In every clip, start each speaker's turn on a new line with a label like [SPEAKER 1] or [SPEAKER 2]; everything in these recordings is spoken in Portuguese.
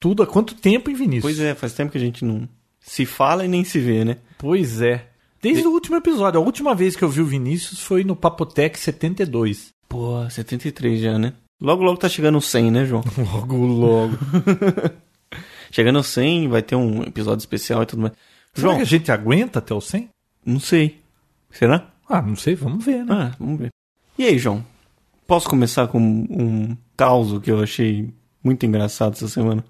[SPEAKER 1] Tudo há quanto tempo, hein, Vinícius?
[SPEAKER 2] Pois é, faz tempo que a gente não se fala e nem se vê, né?
[SPEAKER 1] Pois é. Desde o último episódio. A última vez que eu vi o Vinícius foi no Papotec 72.
[SPEAKER 2] Pô, 73 já, né? Logo, logo tá chegando o 100, né, João?
[SPEAKER 1] Logo, logo.
[SPEAKER 2] chegando o 100, vai ter um episódio especial e tudo mais.
[SPEAKER 1] Será
[SPEAKER 2] João,
[SPEAKER 1] que a gente aguenta até o 100?
[SPEAKER 2] não sei. Será?
[SPEAKER 1] Ah, não sei, vamos ver, né?
[SPEAKER 2] Ah, vamos ver. E aí, João? Posso começar com um caos que eu achei muito engraçado essa semana?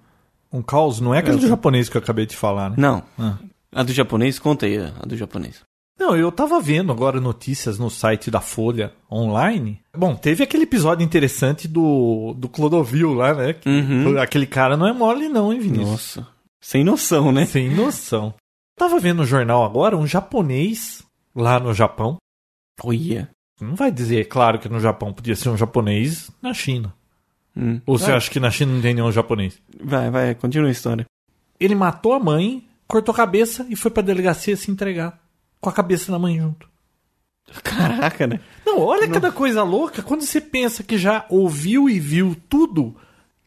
[SPEAKER 1] Um caos, não é aquele do japonês que eu acabei de falar, né?
[SPEAKER 2] Não.
[SPEAKER 1] Ah.
[SPEAKER 2] A do japonês? Conta aí a do japonês.
[SPEAKER 1] Não, eu tava vendo agora notícias no site da Folha online. Bom, teve aquele episódio interessante do, do Clodovil lá, né? Que-
[SPEAKER 2] Uhum.
[SPEAKER 1] Aquele cara não é mole não, hein, Vinícius?
[SPEAKER 2] Nossa. Sem noção, né?
[SPEAKER 1] Sem noção. Tava vendo no jornal agora um japonês lá no Japão.
[SPEAKER 2] Olha.
[SPEAKER 1] Não vai dizer, é claro, que no Japão podia ser um japonês na China.
[SPEAKER 2] Hum.
[SPEAKER 1] Ou você
[SPEAKER 2] Vai,
[SPEAKER 1] acha que na China não tem nenhum japonês?
[SPEAKER 2] Vai, vai, continua a história.
[SPEAKER 1] Ele matou a mãe, cortou a cabeça e foi pra delegacia se entregar. Com a cabeça da mãe junto.
[SPEAKER 2] Caraca, né?
[SPEAKER 1] Não, olha cada coisa louca. Quando você pensa que já ouviu e viu tudo,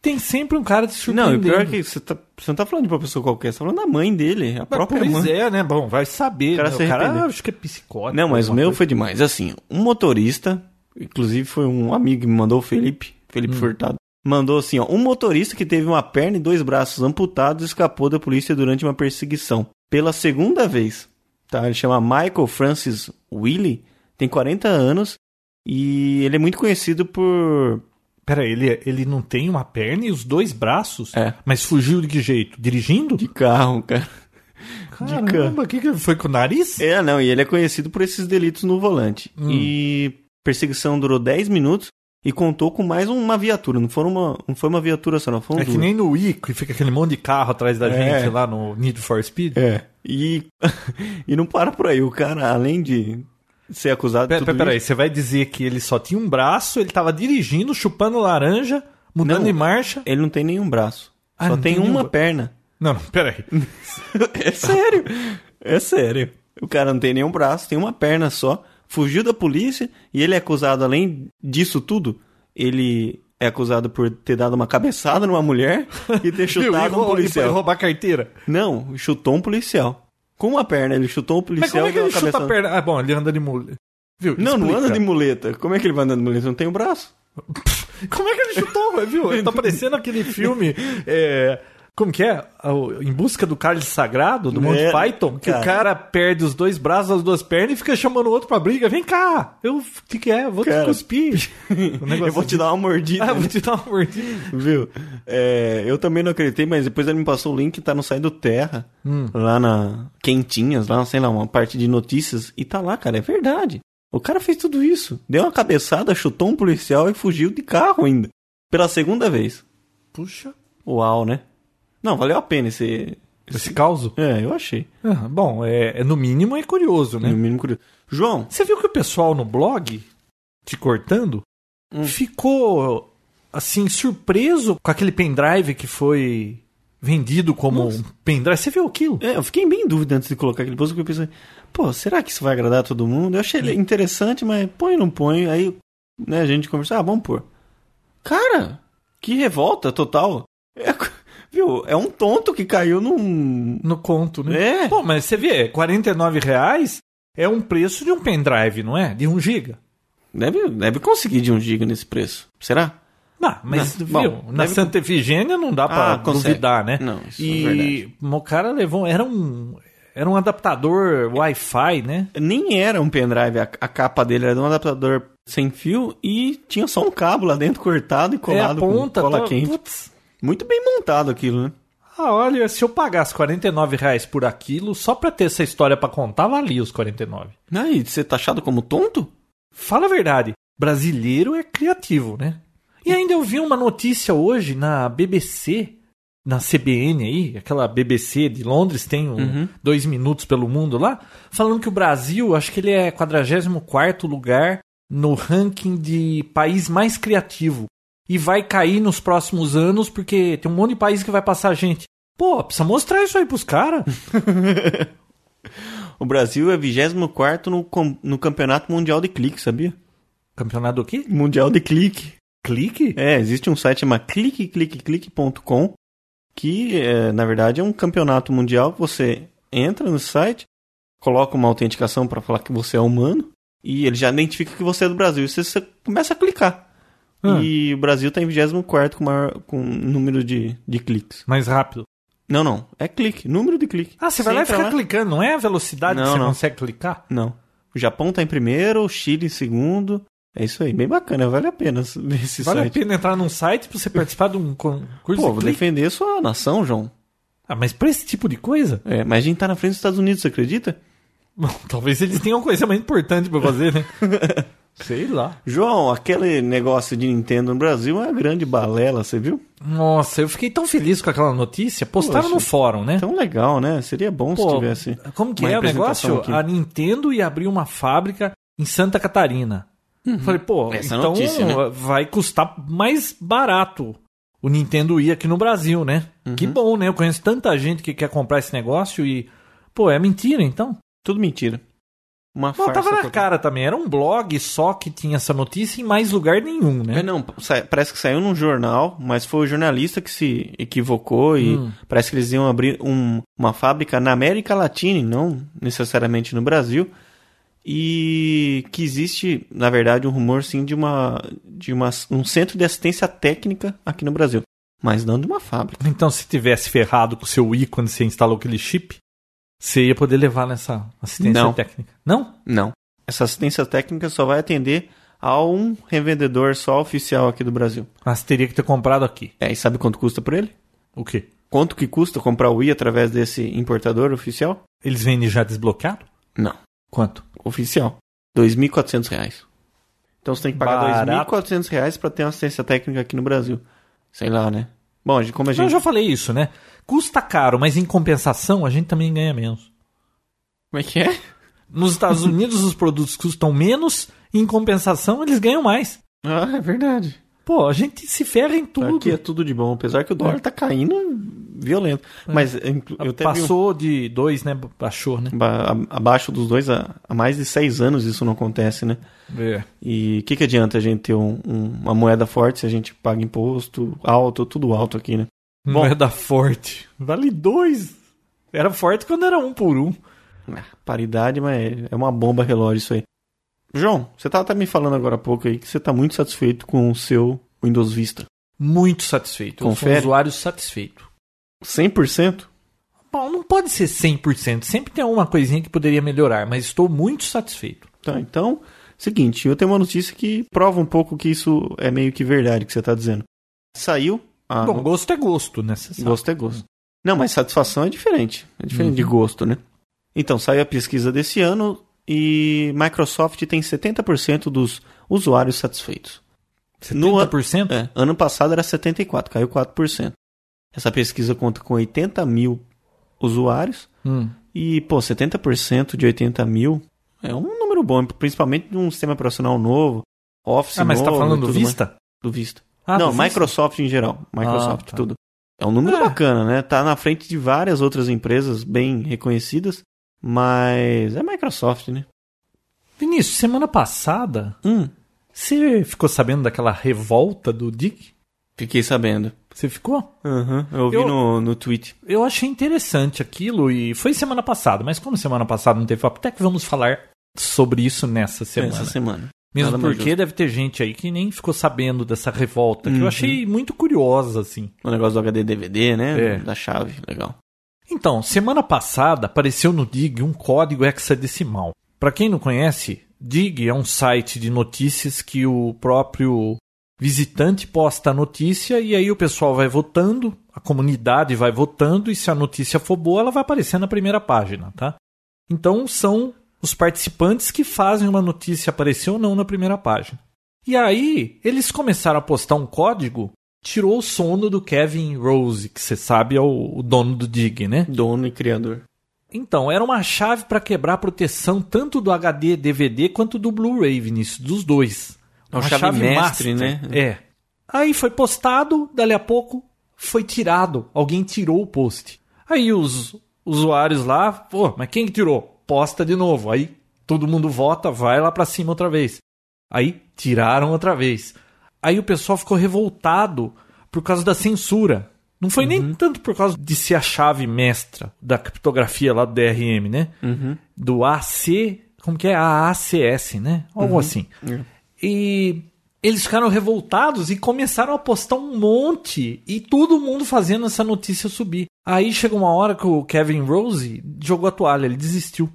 [SPEAKER 1] tem sempre um cara te
[SPEAKER 2] Não, e
[SPEAKER 1] surpreendendo.
[SPEAKER 2] pior que você, tá, você não tá falando de uma pessoa qualquer, você tá falando da mãe dele, a
[SPEAKER 1] Mas,
[SPEAKER 2] própria
[SPEAKER 1] pois
[SPEAKER 2] mãe.
[SPEAKER 1] é, né? Bom, vai saber.
[SPEAKER 2] O cara
[SPEAKER 1] né?
[SPEAKER 2] se arrependeu.
[SPEAKER 1] acho que é psicótico.
[SPEAKER 2] Não, mas o
[SPEAKER 1] alguma
[SPEAKER 2] meu
[SPEAKER 1] coisa.
[SPEAKER 2] foi demais. Assim, um motorista, inclusive foi um amigo que me mandou, o Felipe, Felipe
[SPEAKER 1] Hum.
[SPEAKER 2] Furtado, mandou assim, ó, um motorista que teve uma perna e dois braços amputados escapou da polícia durante uma perseguição. Pela segunda vez, tá? Ele chama Michael Francis Willie, tem 40 anos e ele é muito conhecido por...
[SPEAKER 1] Pera, ele, ele não tem uma perna e os dois braços?
[SPEAKER 2] É.
[SPEAKER 1] Mas fugiu de que jeito? Dirigindo?
[SPEAKER 2] De carro, cara.
[SPEAKER 1] Caramba, o que, que foi com o nariz?
[SPEAKER 2] É, não, e ele é conhecido por esses delitos no volante.
[SPEAKER 1] Hum.
[SPEAKER 2] E perseguição durou 10 minutos e contou com mais uma viatura. Não, foram uma, não foi uma viatura só, não foram
[SPEAKER 1] É
[SPEAKER 2] duas.
[SPEAKER 1] que nem no Ico e fica aquele monte de carro atrás da
[SPEAKER 2] É.
[SPEAKER 1] gente lá no Need for Speed.
[SPEAKER 2] É. E, e não para por aí. O cara, além de ser acusado de
[SPEAKER 1] Pera,
[SPEAKER 2] tudo
[SPEAKER 1] pera, pera aí,
[SPEAKER 2] isso...
[SPEAKER 1] você vai dizer que ele só tinha um braço, ele tava dirigindo, chupando laranja, mudando
[SPEAKER 2] Não.
[SPEAKER 1] de marcha.
[SPEAKER 2] Ele não tem nenhum braço.
[SPEAKER 1] Ah,
[SPEAKER 2] só
[SPEAKER 1] não
[SPEAKER 2] tem,
[SPEAKER 1] tem
[SPEAKER 2] uma
[SPEAKER 1] nenhum- Ah.
[SPEAKER 2] perna.
[SPEAKER 1] Não, não, pera aí.
[SPEAKER 2] É sério. É sério. O cara não tem nenhum braço, tem uma perna só. Fugiu da polícia e ele é acusado, além disso tudo, ele é acusado por ter dado uma cabeçada numa mulher e ter
[SPEAKER 1] Viu? E
[SPEAKER 2] chutado um
[SPEAKER 1] rou- e
[SPEAKER 2] policial.
[SPEAKER 1] roubar a carteira.
[SPEAKER 2] Não, chutou um policial. Com uma perna, ele chutou um
[SPEAKER 1] Mas
[SPEAKER 2] policial
[SPEAKER 1] como é que
[SPEAKER 2] e deu
[SPEAKER 1] ele
[SPEAKER 2] uma
[SPEAKER 1] chuta
[SPEAKER 2] cabeçada.
[SPEAKER 1] a perna? Ah, bom, ele anda de muleta. Viu?
[SPEAKER 2] Não, não
[SPEAKER 1] Explica.
[SPEAKER 2] anda de muleta. Como é que ele vai andando de muleta? Não tem um braço.
[SPEAKER 1] Como é que ele chutou, velho, viu? Ele tá parecendo aquele filme. é, Como que é? O- Em busca do Cálice Sagrado, do Monty
[SPEAKER 2] É,
[SPEAKER 1] Python, que
[SPEAKER 2] cara.
[SPEAKER 1] o cara perde os dois braços, as duas pernas e fica chamando o outro pra briga. Vem cá! Eu, o que, que é? Eu Vou
[SPEAKER 2] Cara.
[SPEAKER 1] te cuspir. O negócio
[SPEAKER 2] Eu vou te dar uma mordida.
[SPEAKER 1] Ah, eu vou
[SPEAKER 2] né?
[SPEAKER 1] te dar uma mordida.
[SPEAKER 2] Viu? É, eu também não acreditei, mas depois ele me passou o link, tá no site do Terra,
[SPEAKER 1] Hum.
[SPEAKER 2] lá na Quentinhas, lá, sei lá, uma parte de notícias, e tá lá, cara, é verdade. O cara fez tudo isso. Deu uma cabeçada, chutou um policial e fugiu de carro ainda. Pela segunda vez.
[SPEAKER 1] Puxa.
[SPEAKER 2] Uau, né? Não, valeu a pena esse.
[SPEAKER 1] Esse caos?
[SPEAKER 2] É, eu achei.
[SPEAKER 1] Ah, bom, é, é- no mínimo é curioso, né?
[SPEAKER 2] No mínimo curioso. João,
[SPEAKER 1] Você viu que o pessoal no blog, te cortando,
[SPEAKER 2] Hum.
[SPEAKER 1] ficou assim, surpreso com aquele pendrive que foi vendido como um pendrive. Você viu aquilo?
[SPEAKER 2] é, eu fiquei bem em dúvida antes de colocar aquele post, porque eu pensei, pô, será que isso vai agradar todo mundo? Eu achei ele interessante, mas põe ou não põe? Aí, né, a gente conversou, ah, vamos pôr. Cara, que revolta total. É, viu, é um tonto que caiu num...
[SPEAKER 1] No conto, né?
[SPEAKER 2] É,
[SPEAKER 1] Pô, mas você vê, R$ 49 reais é um preço de um pendrive, não é? De 1 giga.
[SPEAKER 2] deve, deve conseguir de um giga nesse preço, será?
[SPEAKER 1] Não, mas
[SPEAKER 2] Não,
[SPEAKER 1] viu,
[SPEAKER 2] bom,
[SPEAKER 1] na
[SPEAKER 2] deve-
[SPEAKER 1] Santa Efigênia não dá pra
[SPEAKER 2] Ah, consegue.
[SPEAKER 1] duvidar, né?
[SPEAKER 2] Não, isso é
[SPEAKER 1] e o cara levou, era um era um adaptador Wi-Fi, né?
[SPEAKER 2] Nem era um pendrive, a, a capa dele era de um adaptador sem fio e tinha só um cabo lá dentro cortado e
[SPEAKER 1] é a
[SPEAKER 2] colado
[SPEAKER 1] ponta,
[SPEAKER 2] com cola
[SPEAKER 1] tá-
[SPEAKER 2] quente.
[SPEAKER 1] putz.
[SPEAKER 2] Muito bem montado aquilo, né?
[SPEAKER 1] Ah, olha, se eu pagasse 49 reais por aquilo, só pra ter essa história pra contar, valia os 49.
[SPEAKER 2] Aí, de ser taxado tá como tonto?
[SPEAKER 1] Fala a verdade, brasileiro é criativo, né? E ainda eu vi uma notícia hoje na BBC na CBN aí, aquela BBC de Londres, tem um,
[SPEAKER 2] Uhum.
[SPEAKER 1] dois minutos pelo mundo lá, falando que o Brasil, acho que ele é 44 lugar no ranking de país mais criativo. E vai cair nos próximos anos, porque tem um monte de país que vai passar a gente. Pô, precisa mostrar isso aí pros caras.
[SPEAKER 2] O Brasil é 24 no, com- no Campeonato Mundial de Clique, sabia?
[SPEAKER 1] Campeonato do quê?
[SPEAKER 2] Mundial de Clique.
[SPEAKER 1] Clique?
[SPEAKER 2] É, existe um site chamado cliquecliqueclique.com que, é, na verdade, é um campeonato mundial. Você entra no site, coloca uma autenticação para falar que você é humano e ele já identifica que você é do Brasil. E você, você começa a clicar.
[SPEAKER 1] Ah.
[SPEAKER 2] E o Brasil tá em 24 com maior com número de, de cliques.
[SPEAKER 1] Mais rápido.
[SPEAKER 2] Não, não. É clique. Número de clique.
[SPEAKER 1] Ah, você vai lá e
[SPEAKER 2] entra
[SPEAKER 1] fica clicando, não é a velocidade que
[SPEAKER 2] Não,
[SPEAKER 1] você
[SPEAKER 2] não.
[SPEAKER 1] consegue clicar?
[SPEAKER 2] Não. O Japão tá em primeiro, o Chile em segundo. É isso aí. Bem bacana. Vale a pena ver esse
[SPEAKER 1] vale
[SPEAKER 2] site.
[SPEAKER 1] a pena entrar num site pra você participar de um concurso
[SPEAKER 2] Pô,
[SPEAKER 1] de
[SPEAKER 2] vou
[SPEAKER 1] clique?
[SPEAKER 2] defender a sua nação, João.
[SPEAKER 1] Ah, mas pra esse tipo de coisa,
[SPEAKER 2] É, mas a gente tá na frente dos Estados Unidos, você acredita?
[SPEAKER 1] bom, talvez eles tenham coisa mais importante pra fazer, né? Sei lá.
[SPEAKER 2] João, aquele negócio de Nintendo no Brasil é uma grande balela, você viu?
[SPEAKER 1] Nossa, eu fiquei tão feliz com aquela notícia. Postaram
[SPEAKER 2] Poxa.
[SPEAKER 1] no fórum, né?
[SPEAKER 2] Tão legal, né? Seria bom se
[SPEAKER 1] Pô,
[SPEAKER 2] tivesse.
[SPEAKER 1] Como que
[SPEAKER 2] uma
[SPEAKER 1] é o
[SPEAKER 2] representação
[SPEAKER 1] negócio?
[SPEAKER 2] aqui.
[SPEAKER 1] A Nintendo ia abrir uma fábrica em Santa Catarina.
[SPEAKER 2] Uhum.
[SPEAKER 1] Falei, pô,
[SPEAKER 2] Essa
[SPEAKER 1] então
[SPEAKER 2] notícia, né?
[SPEAKER 1] vai custar mais barato o Nintendo ir aqui no Brasil, né?
[SPEAKER 2] Uhum.
[SPEAKER 1] Que bom, né? Eu conheço tanta gente que quer comprar esse negócio e. Pô, é mentira então?
[SPEAKER 2] Tudo mentira. Uma
[SPEAKER 1] Bom,
[SPEAKER 2] farsa.
[SPEAKER 1] tava na
[SPEAKER 2] total.
[SPEAKER 1] cara também. Era um blog só que tinha essa notícia em mais lugar nenhum, né?
[SPEAKER 2] Mas não, sa- parece que saiu num jornal, mas foi o jornalista que se equivocou e
[SPEAKER 1] Hum.
[SPEAKER 2] parece que eles iam abrir um- uma fábrica na América Latina, e não necessariamente no Brasil. E que existe, na verdade, um rumor sim de uma de uma- um centro de assistência técnica aqui no Brasil, mas não de uma fábrica.
[SPEAKER 1] Então, se tivesse ferrado com o seu i quando você instalou aquele chip, você ia poder levar nessa assistência
[SPEAKER 2] Não.
[SPEAKER 1] técnica. Não?
[SPEAKER 2] Não. Essa assistência técnica só vai atender a um revendedor só oficial aqui do Brasil.
[SPEAKER 1] Mas teria que ter comprado aqui.
[SPEAKER 2] É, e sabe quanto custa por ele?
[SPEAKER 1] O quê?
[SPEAKER 2] Quanto que custa comprar o i através desse importador oficial?
[SPEAKER 1] Eles vendem já desbloqueado?
[SPEAKER 2] Não.
[SPEAKER 1] Quanto?
[SPEAKER 2] oficial. R$ 2.400 reais. Então você tem que pagar R$
[SPEAKER 1] Barato.
[SPEAKER 2] 2.400 reais pra ter uma assistência técnica aqui no Brasil. Sei lá, né? Bom, a gente- como a
[SPEAKER 1] Eu
[SPEAKER 2] gente...
[SPEAKER 1] já falei isso, né? Custa caro, mas em compensação a gente também ganha menos.
[SPEAKER 2] Como é que é?
[SPEAKER 1] Nos Estados Unidos os produtos custam menos, e em compensação eles ganham mais.
[SPEAKER 2] Ah, é verdade.
[SPEAKER 1] Pô, a gente se ferra em tudo. É.
[SPEAKER 2] Aqui é tudo de bom, apesar que o dólar tá caindo violento. Mas inclu- eu até vi um-
[SPEAKER 1] Ah, Passou de dois, né? Baixou, né?
[SPEAKER 2] ba- a- abaixo dos dois, há há mais de seis anos isso não acontece, né?
[SPEAKER 1] É.
[SPEAKER 2] E o que, que adianta a gente ter um- um- uma moeda forte se a gente paga imposto alto, tudo alto aqui, né? Bom.
[SPEAKER 1] Moeda forte. é Vale dois. Era forte quando era um por um.
[SPEAKER 2] Ah, Paridade, mas é- é uma bomba relógio isso aí. João, você tá, tá me falando agora há pouco aí que você tá muito satisfeito com o seu Windows Vista.
[SPEAKER 1] Muito satisfeito. Eu sou um
[SPEAKER 2] Confere.
[SPEAKER 1] usuário satisfeito.
[SPEAKER 2] 100%?
[SPEAKER 1] Bom, não pode ser 100%. Sempre tem alguma coisinha que poderia melhorar, mas estou muito satisfeito.
[SPEAKER 2] Tá, então, seguinte, eu tenho uma notícia que prova um pouco que isso é meio que verdade que você tá dizendo. Saiu a...
[SPEAKER 1] Bom, gosto é gosto, né? Você sabe.
[SPEAKER 2] Ah, Gosto é gosto. Não, mas satisfação é diferente. É diferente
[SPEAKER 1] Uhum.
[SPEAKER 2] de gosto, né? Então, saiu a pesquisa desse ano e Microsoft tem 70% dos usuários satisfeitos. No an-
[SPEAKER 1] 70%?
[SPEAKER 2] É, ano passado era 74, caiu 4%. Essa pesquisa conta com 80 mil usuários
[SPEAKER 1] Hum.
[SPEAKER 2] e, pô, 70% de 80 mil é um número bom, principalmente de um sistema operacional novo, Office
[SPEAKER 1] Ah, mas
[SPEAKER 2] novo.
[SPEAKER 1] tá falando
[SPEAKER 2] e
[SPEAKER 1] do
[SPEAKER 2] tudo mais.
[SPEAKER 1] Vista?
[SPEAKER 2] Do Vista.
[SPEAKER 1] Ah,
[SPEAKER 2] Não,
[SPEAKER 1] do Vista.
[SPEAKER 2] Microsoft em geral, Microsoft
[SPEAKER 1] Ah, tá.
[SPEAKER 2] tudo. É um número
[SPEAKER 1] É.
[SPEAKER 2] bacana, né? Tá na frente de várias outras empresas bem reconhecidas, mas é Microsoft, né?
[SPEAKER 1] Vinícius, semana passada,
[SPEAKER 2] Hum,
[SPEAKER 1] você ficou sabendo daquela revolta do Dick?
[SPEAKER 2] fiquei sabendo.
[SPEAKER 1] Você ficou?
[SPEAKER 2] Aham, eu vi
[SPEAKER 1] Eu-
[SPEAKER 2] No, no tweet.
[SPEAKER 1] Eu achei interessante aquilo e foi semana passada, mas como semana passada não teve papo, até que vamos falar sobre isso nessa semana.
[SPEAKER 2] Essa semana.
[SPEAKER 1] Mesmo
[SPEAKER 2] Nada mais
[SPEAKER 1] porque deve ter gente aí que nem ficou sabendo dessa revolta, que eu
[SPEAKER 2] Uhum.
[SPEAKER 1] achei muito curiosa, assim.
[SPEAKER 2] O negócio do HD DVD, né?
[SPEAKER 1] É.
[SPEAKER 2] Da chave, legal.
[SPEAKER 1] Então, semana passada apareceu no Dig um código hexadecimal. Para quem não conhece, Dig é um site de notícias que o próprio visitante posta a notícia e aí o pessoal vai votando, a comunidade vai votando e se a notícia for boa, ela vai aparecer na primeira página, tá? Então são os participantes que fazem uma notícia aparecer ou não na primeira página. E aí eles começaram a postar um código tirou o sono do Kevin Rose, que você sabe é o, o dono do Dig, né?
[SPEAKER 2] Dono e criador.
[SPEAKER 1] Então, era uma chave para quebrar a proteção tanto do HD DVD quanto do Blu-ray, Vinícius, dos dois.
[SPEAKER 2] É uma chave mestre, né?
[SPEAKER 1] É. Aí foi postado, dali a pouco foi tirado. Alguém tirou o post. Aí os usuários lá, pô, mas quem que tirou? Posta de novo. Aí todo mundo vota, vai lá para cima outra vez. Aí tiraram outra vez. Aí o pessoal ficou revoltado por causa da censura. Não foi nem tanto por causa de ser a chave mestra da criptografia lá do DRM, né?
[SPEAKER 2] Uhum.
[SPEAKER 1] do AC, como que é? AACS, né? Algo assim.
[SPEAKER 2] É.
[SPEAKER 1] E eles ficaram revoltados e começaram a postar um monte e todo mundo fazendo essa notícia subir. Aí chegou uma hora que o Kevin Rose jogou a toalha, ele desistiu.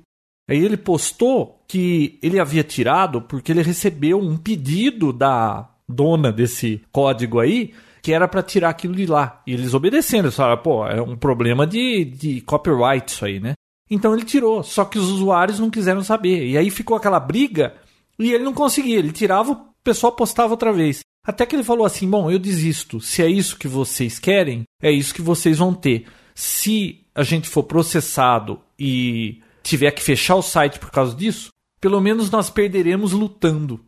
[SPEAKER 1] Aí ele postou que ele havia tirado porque ele recebeu um pedido da dona desse código aí que era pra tirar aquilo de lá. E eles obedecendo, eles falaram, pô, é um problema de, de copyright isso aí, né? Então ele tirou, só que os usuários não quiseram saber. E aí ficou aquela briga e ele não conseguia. Ele tirava, o pessoal postava outra vez. Até que ele falou assim: Bom, eu desisto. Se é isso que vocês querem, é isso que vocês vão ter. Se a gente for processado e tiver que fechar o site por causa disso, pelo menos nós perderemos lutando.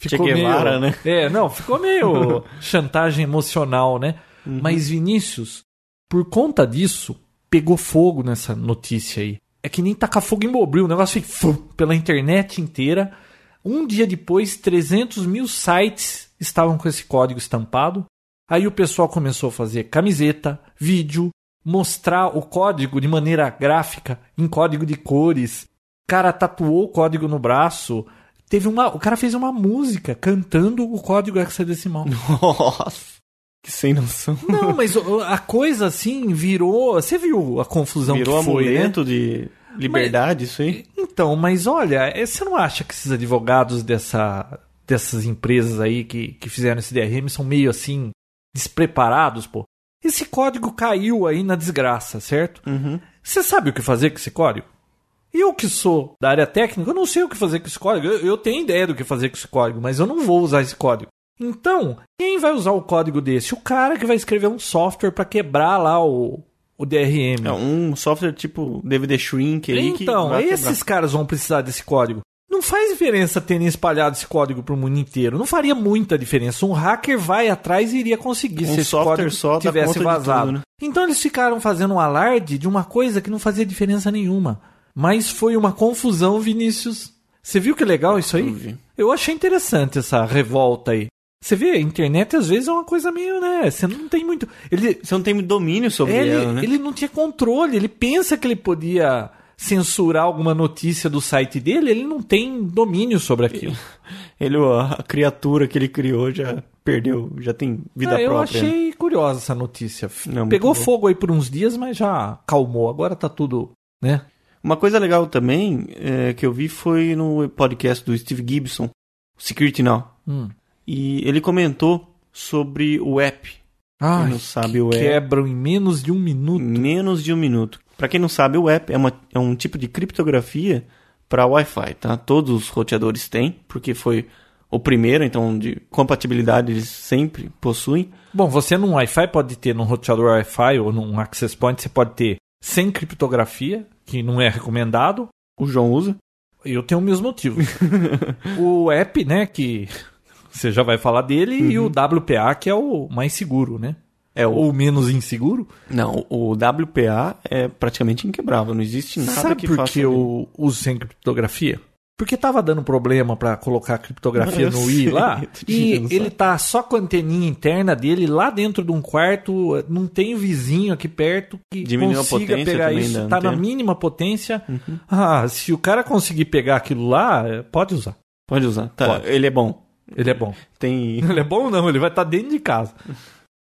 [SPEAKER 2] Che Guevara, né?
[SPEAKER 1] É, não, ficou meio chantagem emocional, né?
[SPEAKER 2] Uhum.
[SPEAKER 1] Mas Vinícius, por conta disso, pegou fogo nessa notícia aí. É que nem tacar fogo em Bobril, o negócio foi fum, pela internet inteira. Um dia depois, 300 mil sites estavam com esse código estampado. Aí o pessoal começou a fazer camiseta, vídeo, mostrar o código de maneira gráfica, em código de cores. O cara tatuou o código no braço. Teve uma, o cara fez uma música cantando o código hexadecimal.
[SPEAKER 2] Nossa, que sem noção.
[SPEAKER 1] Não, mas o- a coisa assim virou. Você viu a confusão
[SPEAKER 2] Virou
[SPEAKER 1] que foi, né?
[SPEAKER 2] amuleto de liberdade, isso aí?
[SPEAKER 1] Então, mas olha, eh, você não acha que esses advogados dessa, dessas empresas aí que, que fizeram esse DRM são meio assim despreparados, pô? Esse código caiu aí na desgraça, certo?
[SPEAKER 2] Uhum.
[SPEAKER 1] Você sabe o que fazer com esse código? Eu que sou da área técnica, eu não sei o que fazer com esse código. Eu, eu tenho ideia do que fazer com esse código, mas eu não vou usar esse código. Então, quem vai usar o código desse? O cara que vai escrever um software para quebrar lá o, o DRM.
[SPEAKER 2] É um software tipo DVD Shrink aí que
[SPEAKER 1] Então,
[SPEAKER 2] vai quebrar.
[SPEAKER 1] esses caras vão precisar desse código. Não faz diferença terem espalhado esse código para o mundo inteiro. Não faria muita diferença. Um hacker vai atrás e iria conseguir
[SPEAKER 2] Um
[SPEAKER 1] se esse
[SPEAKER 2] software
[SPEAKER 1] código
[SPEAKER 2] só dá
[SPEAKER 1] tivesse
[SPEAKER 2] conta de
[SPEAKER 1] vazado.
[SPEAKER 2] tudo, né?
[SPEAKER 1] Então eles ficaram fazendo um alarde de uma coisa que não fazia diferença nenhuma. Mas foi uma confusão, Vinícius. Você viu que legal isso
[SPEAKER 2] Eu
[SPEAKER 1] aí?
[SPEAKER 2] vi.
[SPEAKER 1] Eu achei interessante essa revolta aí. Você vê, a internet às vezes é uma coisa meio, né? Você não tem muito. Ele,
[SPEAKER 2] Você não tem muito domínio sobre
[SPEAKER 1] ele,
[SPEAKER 2] ela, né?
[SPEAKER 1] ele não tinha controle, ele pensa que ele podia censurar alguma notícia do site dele, ele não tem domínio sobre aquilo.
[SPEAKER 2] Ele, ó, a criatura que ele criou já perdeu, já tem vida
[SPEAKER 1] Ah, eu
[SPEAKER 2] própria. né?
[SPEAKER 1] achei curiosa essa notícia. F-
[SPEAKER 2] Não, muito
[SPEAKER 1] Pegou
[SPEAKER 2] bom.
[SPEAKER 1] fogo aí por uns dias, mas já calmou. Agora tá tudo, né?
[SPEAKER 2] Uma coisa legal também é, que eu vi foi no podcast do Steve Gibson, Security Now.
[SPEAKER 1] Hum.
[SPEAKER 2] E ele comentou sobre o app.
[SPEAKER 1] Ai,
[SPEAKER 2] Quem não é. sabe o app.
[SPEAKER 1] quebram em menos de um minuto.
[SPEAKER 2] Menos de um minuto. Pra quem não sabe, o app é, uma- é um tipo de criptografia para Wi-Fi, tá? Todos os roteadores têm, porque foi o primeiro, então de compatibilidade eles sempre possuem.
[SPEAKER 1] Bom, você num Wi-Fi pode ter, num roteador Wi-Fi ou num access point, você pode ter sem criptografia, que não é recomendado,
[SPEAKER 2] O João usa.
[SPEAKER 1] Eu tenho o mesmo motivo. o app, né, que você já vai falar dele, e o WPA, que é o mais seguro, né?
[SPEAKER 2] Uhum. É o
[SPEAKER 1] Ou menos inseguro.
[SPEAKER 2] Não, o WPA é praticamente inquebrável, não existe nada
[SPEAKER 1] Sabe
[SPEAKER 2] que
[SPEAKER 1] por
[SPEAKER 2] faça
[SPEAKER 1] que eu uso sem criptografia? Porque tava dando problema pra colocar a criptografia
[SPEAKER 2] Eu
[SPEAKER 1] no i
[SPEAKER 2] sei,
[SPEAKER 1] lá,
[SPEAKER 2] tô te
[SPEAKER 1] e
[SPEAKER 2] enchendo o
[SPEAKER 1] ele
[SPEAKER 2] saco.
[SPEAKER 1] tá só com a anteninha interna dele lá dentro de um quarto, não tem vizinho aqui perto que
[SPEAKER 2] Diminuiu a
[SPEAKER 1] consiga
[SPEAKER 2] potência
[SPEAKER 1] pegar
[SPEAKER 2] também né?
[SPEAKER 1] isso,
[SPEAKER 2] da
[SPEAKER 1] tá na
[SPEAKER 2] antena.
[SPEAKER 1] mínima potência.
[SPEAKER 2] Uhum.
[SPEAKER 1] Ah, se o cara conseguir pegar aquilo lá, pode usar.
[SPEAKER 2] Pode usar. Tá,
[SPEAKER 1] Pode.
[SPEAKER 2] ele é bom.
[SPEAKER 1] Ele é bom.
[SPEAKER 2] Tem.
[SPEAKER 1] Ele é bom não, ele vai estar dentro de casa.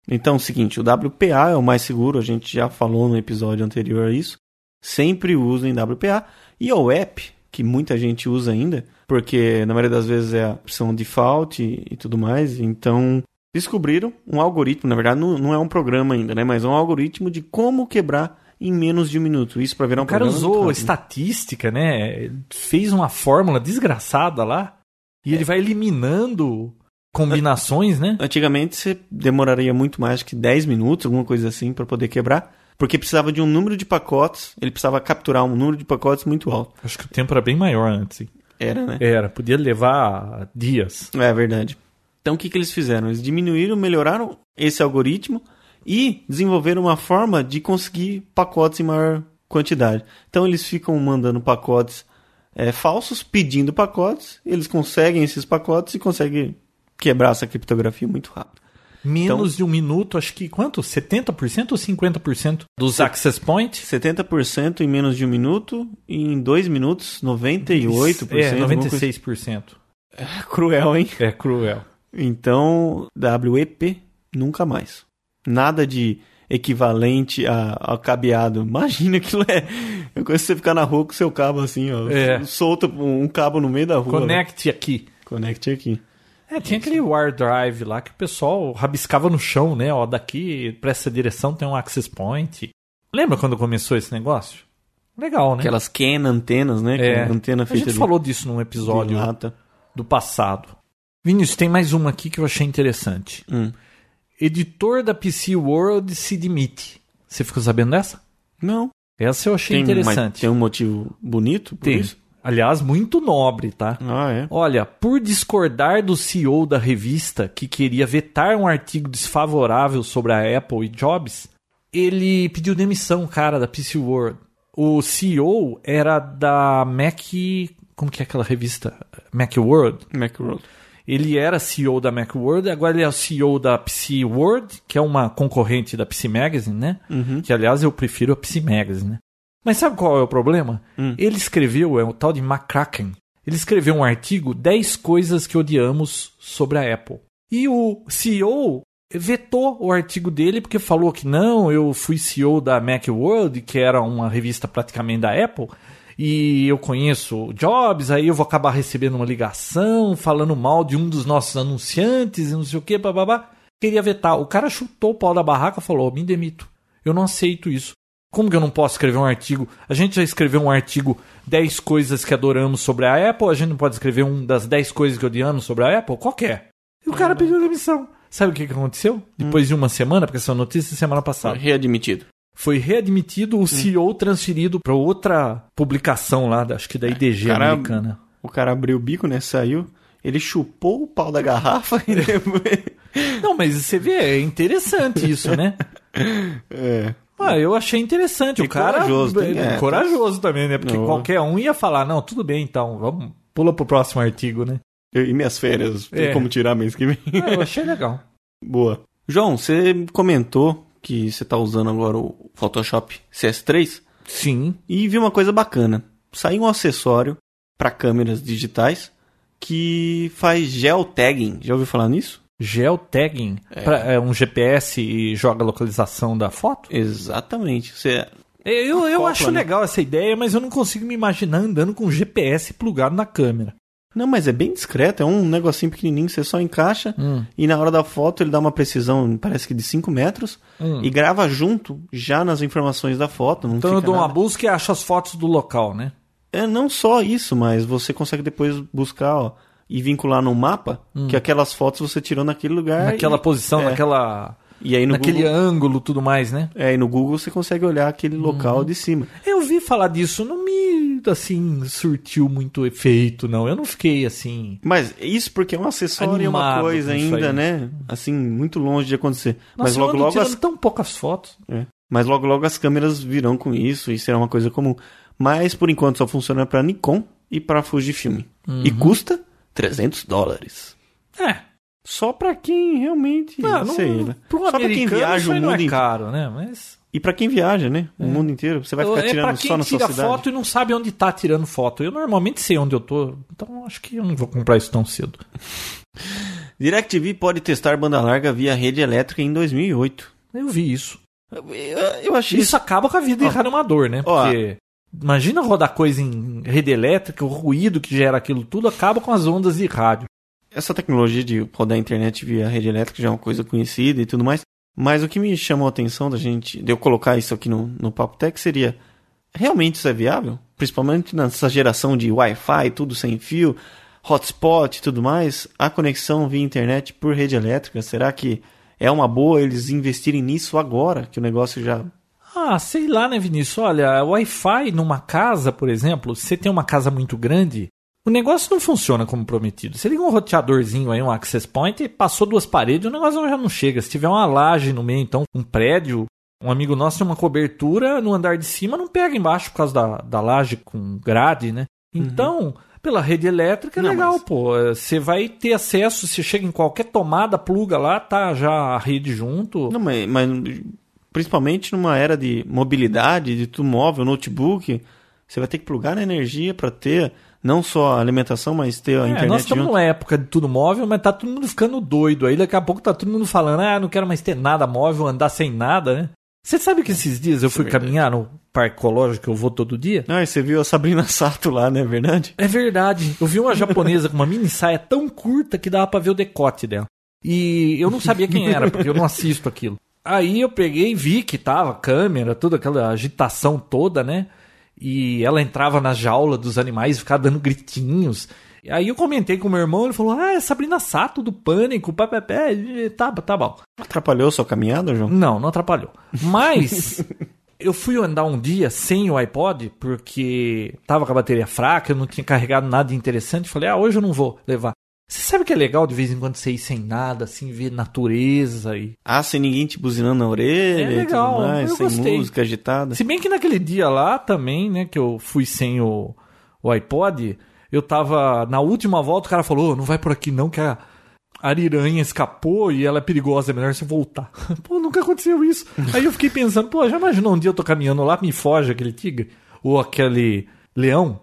[SPEAKER 2] Então, é o seguinte, o WPA é o mais seguro, a gente já falou no episódio anterior a isso. Sempre usem WPA. E o app, que muita gente usa ainda, porque na maioria das vezes é a opção default e, e tudo mais. Então, descobriram um algoritmo, na verdade não, não é um programa ainda, né? Mas é um algoritmo de como quebrar em menos de um minuto. Isso para virar um
[SPEAKER 1] O cara
[SPEAKER 2] programa é muito
[SPEAKER 1] usou
[SPEAKER 2] rápido.
[SPEAKER 1] estatística,
[SPEAKER 2] É.
[SPEAKER 1] né? Ele Fez uma fórmula desgraçada lá. E ele vai eliminando combinações, né?
[SPEAKER 2] Antigamente você demoraria muito mais que 10 minutos, alguma coisa assim, para poder quebrar. Porque precisava de um número de pacotes, ele precisava capturar um número de pacotes muito alto.
[SPEAKER 1] Acho que o tempo era bem maior antes. hein?
[SPEAKER 2] Era, né?
[SPEAKER 1] Era, podia levar dias.
[SPEAKER 2] É verdade. Então o que, que eles fizeram? Eles diminuíram, melhoraram esse algoritmo e desenvolveram uma forma de conseguir pacotes em maior quantidade. Então eles ficam mandando pacotes eh, falsos, pedindo pacotes, eles conseguem esses pacotes e conseguem quebrar essa criptografia muito rápido. Então
[SPEAKER 1] Menos de um minuto, acho que quanto? 70% ou 50% dos access points?
[SPEAKER 2] 70% em menos de um minuto e em dois minutos 98%.
[SPEAKER 1] É,
[SPEAKER 2] alguma coisa-
[SPEAKER 1] 96%.
[SPEAKER 2] É cruel, hein?
[SPEAKER 1] É cruel.
[SPEAKER 2] Então, WEP, nunca mais. Nada de equivalente a, a cabeado. Imagina aquilo é. É coisa que você ficar na rua com seu cabo assim, ó.
[SPEAKER 1] É.
[SPEAKER 2] Solta um um cabo no meio da rua.
[SPEAKER 1] Connect aqui.
[SPEAKER 2] né? Conecte aqui.
[SPEAKER 1] É, tinha aquele wire drive lá que o pessoal rabiscava no chão, né? Ó, daqui pra essa direção tem um access point. Lembra quando começou esse negócio? Legal, né?
[SPEAKER 2] Aquelas can antenas, né?
[SPEAKER 1] É.
[SPEAKER 2] Com antena
[SPEAKER 1] A
[SPEAKER 2] feita
[SPEAKER 1] gente
[SPEAKER 2] de-
[SPEAKER 1] falou disso num
[SPEAKER 2] de
[SPEAKER 1] episódio
[SPEAKER 2] lata.
[SPEAKER 1] do passado. Vinícius, tem mais uma aqui que eu achei interessante.
[SPEAKER 2] Hum.
[SPEAKER 1] Editor da PC World se demite. Você ficou sabendo dessa?
[SPEAKER 2] Não.
[SPEAKER 1] Essa eu achei
[SPEAKER 2] Tem, mas
[SPEAKER 1] interessante.
[SPEAKER 2] tem um motivo bonito por
[SPEAKER 1] Tem.
[SPEAKER 2] isso?
[SPEAKER 1] Aliás, muito nobre, tá?
[SPEAKER 2] Ah, é.
[SPEAKER 1] Olha, por discordar do CEO da revista que queria vetar um artigo desfavorável sobre a Apple e Jobs, ele pediu demissão, cara, da PC World. O CEO era da Mac. Como que é aquela revista? Mac World?
[SPEAKER 2] Macworld.
[SPEAKER 1] Ele era CEO da Macworld, agora ele é o CEO da PC World, que é uma concorrente da PC Magazine, né? Que, aliás, eu prefiro a PC Magazine, né? Mas sabe qual é o problema?
[SPEAKER 2] Hum.
[SPEAKER 1] Ele escreveu, é o tal de McCracken, ele escreveu um artigo 10 coisas que odiamos sobre a Apple. E o CEO vetou o artigo dele porque falou que não, eu fui CEO da Macworld, que era uma revista praticamente da Apple, e eu conheço o Jobs, aí eu vou acabar recebendo uma ligação falando mal de um dos nossos anunciantes, e não sei o que, bababá. Queria vetar. O cara chutou o pau da barraca e falou: me demito. Eu não aceito isso. Como que eu não posso escrever um artigo? A gente já escreveu um artigo 10 coisas que adoramos sobre a Apple, a gente não pode escrever um das 10 coisas que odiamos sobre a Apple? Qualquer. E o cara pediu demissão. Sabe o que, que aconteceu? Depois de uma semana, porque essa notícia é semana passada
[SPEAKER 2] Readmitido.
[SPEAKER 1] foi readmitido, o CEO transferido para outra publicação lá, da- acho que da IDG
[SPEAKER 2] cara-
[SPEAKER 1] americana.
[SPEAKER 2] O cara abriu o bico, né? Saiu. Ele chupou o pau da garrafa e depois.
[SPEAKER 1] Não, mas você vê, é interessante isso, né?
[SPEAKER 2] É.
[SPEAKER 1] Ah, eu achei interessante.
[SPEAKER 2] E
[SPEAKER 1] o cara
[SPEAKER 2] corajoso, tem-
[SPEAKER 1] é,
[SPEAKER 2] é.
[SPEAKER 1] corajoso também, né? Porque
[SPEAKER 2] Não.
[SPEAKER 1] qualquer um ia falar, não, tudo bem então, vamos pula pro próximo artigo, né?
[SPEAKER 2] Eu- e minhas férias, tem
[SPEAKER 1] É.
[SPEAKER 2] como tirar mês que vem?
[SPEAKER 1] Ah, eu achei legal.
[SPEAKER 2] Boa. João, você comentou que você tá usando agora o Photoshop CS3
[SPEAKER 1] Sim.
[SPEAKER 2] e viu uma coisa bacana. Saiu um acessório para câmeras digitais que faz geotagging. Já ouviu falar nisso?
[SPEAKER 1] Geotagging, pra- é. um GPS e joga a localização da foto?
[SPEAKER 2] Exatamente. Você é-
[SPEAKER 1] Eu, eu
[SPEAKER 2] Acopla,
[SPEAKER 1] acho
[SPEAKER 2] né?
[SPEAKER 1] legal essa ideia, mas eu não consigo me imaginar andando com um GPS plugado na câmera.
[SPEAKER 2] Não, mas é bem discreto, é um negocinho pequenininho, você só encaixa
[SPEAKER 1] Hum.
[SPEAKER 2] e na hora da foto ele dá uma precisão, parece que de 5 metros
[SPEAKER 1] Hum.
[SPEAKER 2] e grava junto já nas informações da foto. Não
[SPEAKER 1] Então eu
[SPEAKER 2] fica
[SPEAKER 1] dou uma
[SPEAKER 2] nada.
[SPEAKER 1] busca e acho as fotos do local, né?
[SPEAKER 2] É não só isso, mas você consegue depois buscar ó, e vincular no mapa que aquelas fotos você tirou naquele lugar.
[SPEAKER 1] Hum. Naquela
[SPEAKER 2] e,
[SPEAKER 1] posição,
[SPEAKER 2] é.
[SPEAKER 1] naquela.
[SPEAKER 2] e aí no
[SPEAKER 1] naquele Uhum.
[SPEAKER 2] Google,
[SPEAKER 1] ângulo tudo mais, né?
[SPEAKER 2] é, e no Google você consegue olhar aquele local de cima.
[SPEAKER 1] Eu vi falar disso, não me assim surtiu muito efeito, não. Eu não fiquei assim.
[SPEAKER 2] Mas isso porque é um acessório e uma
[SPEAKER 1] Animado
[SPEAKER 2] coisa
[SPEAKER 1] com isso
[SPEAKER 2] ainda,
[SPEAKER 1] aí.
[SPEAKER 2] né? Assim, muito longe de acontecer.
[SPEAKER 1] Nossa,
[SPEAKER 2] mas
[SPEAKER 1] eu
[SPEAKER 2] logo
[SPEAKER 1] ando
[SPEAKER 2] logo
[SPEAKER 1] tirando
[SPEAKER 2] as
[SPEAKER 1] tão poucas fotos.
[SPEAKER 2] É. Mas logo logo as câmeras virão com isso e será uma coisa comum. Mas por enquanto só funciona para Nikon e para Fujifilm. E
[SPEAKER 1] Uhum.
[SPEAKER 2] custa 300 dólares.
[SPEAKER 1] Hum. É.
[SPEAKER 2] Só para quem realmente,
[SPEAKER 1] Não, não,
[SPEAKER 2] sei, né?
[SPEAKER 1] pra um
[SPEAKER 2] Só pra quem
[SPEAKER 1] americano
[SPEAKER 2] viaja
[SPEAKER 1] isso
[SPEAKER 2] o
[SPEAKER 1] aí
[SPEAKER 2] mundo
[SPEAKER 1] não é
[SPEAKER 2] inteiro.
[SPEAKER 1] caro, né? Mas
[SPEAKER 2] E para quem viaja, né? O mundo inteiro, você vai ficar
[SPEAKER 1] é pra
[SPEAKER 2] tirando só
[SPEAKER 1] quem
[SPEAKER 2] na sua
[SPEAKER 1] tira
[SPEAKER 2] cidade.
[SPEAKER 1] foto e não sabe onde tá tirando foto. Eu normalmente sei onde eu tô, então acho que eu não vou comprar isso tão cedo.
[SPEAKER 2] DirecTV pode testar banda larga via rede elétrica em 2008.
[SPEAKER 1] Eu vi isso.
[SPEAKER 2] Eu, eu achei
[SPEAKER 1] Isso acaba com a vida de
[SPEAKER 2] Ó.
[SPEAKER 1] cada amador, né?
[SPEAKER 2] Ó.
[SPEAKER 1] Porque imagina rodar coisa em rede elétrica, o ruído que gera aquilo tudo acaba com as ondas de rádio.
[SPEAKER 2] Essa tecnologia de rodar a internet via rede elétrica já é uma coisa conhecida e tudo mais. Mas o que me chamou a atenção da gente, de eu colocar isso aqui no, no Papo Tech, seria: realmente isso é viável? Principalmente nessa geração de Wi-Fi, tudo sem fio, hotspot e tudo mais, a conexão via internet por rede elétrica, será que é uma boa eles investirem nisso agora, que o negócio já
[SPEAKER 1] Ah, sei lá, né, Vinícius? Olha, Wi-Fi numa casa, por exemplo, se você tem uma casa muito grande, o negócio não funciona como prometido. Você liga um roteadorzinho aí, um access point, e passou duas paredes, o negócio já não chega. Se tiver uma laje no meio, então, um prédio, um amigo nosso tem uma cobertura no andar de cima, não pega embaixo por causa da, da laje com grade, né? Então, pela rede elétrica é
[SPEAKER 2] Uhum. Não,
[SPEAKER 1] legal,
[SPEAKER 2] mas-
[SPEAKER 1] pô. É, Você vai ter acesso, você chega em qualquer tomada, pluga lá, tá já a rede junto.
[SPEAKER 2] Não, mas, mas principalmente numa era de mobilidade, de tudo móvel, notebook, você vai ter que plugar na energia para ter não só a alimentação, mas ter a
[SPEAKER 1] É,
[SPEAKER 2] internet
[SPEAKER 1] nós estamos
[SPEAKER 2] junto.
[SPEAKER 1] numa época de tudo móvel, mas tá todo mundo ficando doido. Aí daqui a pouco tá todo mundo falando, ah, não quero mais ter nada móvel, andar sem nada, né? Você sabe que esses dias eu
[SPEAKER 2] Isso
[SPEAKER 1] fui
[SPEAKER 2] é verdade.
[SPEAKER 1] caminhar no parque ecológico que eu vou todo dia?
[SPEAKER 2] Ah, e você viu a Sabrina Sato lá, não é verdade?
[SPEAKER 1] É verdade. Eu vi uma japonesa com uma mini saia tão curta que dava pra ver o decote dela. E eu não sabia quem era, porque eu não assisto aquilo. Aí eu peguei e vi que tava câmera, toda aquela agitação toda, né? E ela entrava na jaula dos animais, ficava dando gritinhos. E Aí eu comentei com o meu irmão, ele falou: Ah, é Sabrina Sato do Pânico, papapé, e tá, tá bom.
[SPEAKER 2] Atrapalhou sua caminhada, João?
[SPEAKER 1] Não, não atrapalhou. Mas eu fui andar um dia sem o iPod, porque tava com a bateria fraca, eu não tinha carregado nada interessante. Falei, ah, hoje eu não vou levar. Você sabe que é legal de vez em quando você ir sem nada, assim, ver natureza e.
[SPEAKER 2] Ah, sem ninguém te buzinando na orelha
[SPEAKER 1] É
[SPEAKER 2] e
[SPEAKER 1] legal,
[SPEAKER 2] tudo mais,
[SPEAKER 1] eu
[SPEAKER 2] sem
[SPEAKER 1] gostei.
[SPEAKER 2] música agitada.
[SPEAKER 1] Se bem que naquele dia lá também, né, que eu fui sem o, o iPod, eu tava. Na última volta, o cara falou, "Ô, não vai por aqui não, que a. Ariranha escapou e ela é perigosa, é melhor você voltar. Pô, nunca aconteceu isso. Aí eu fiquei pensando, pô, já imaginou um dia eu tô caminhando lá, me foge aquele tigre? Ou aquele leão?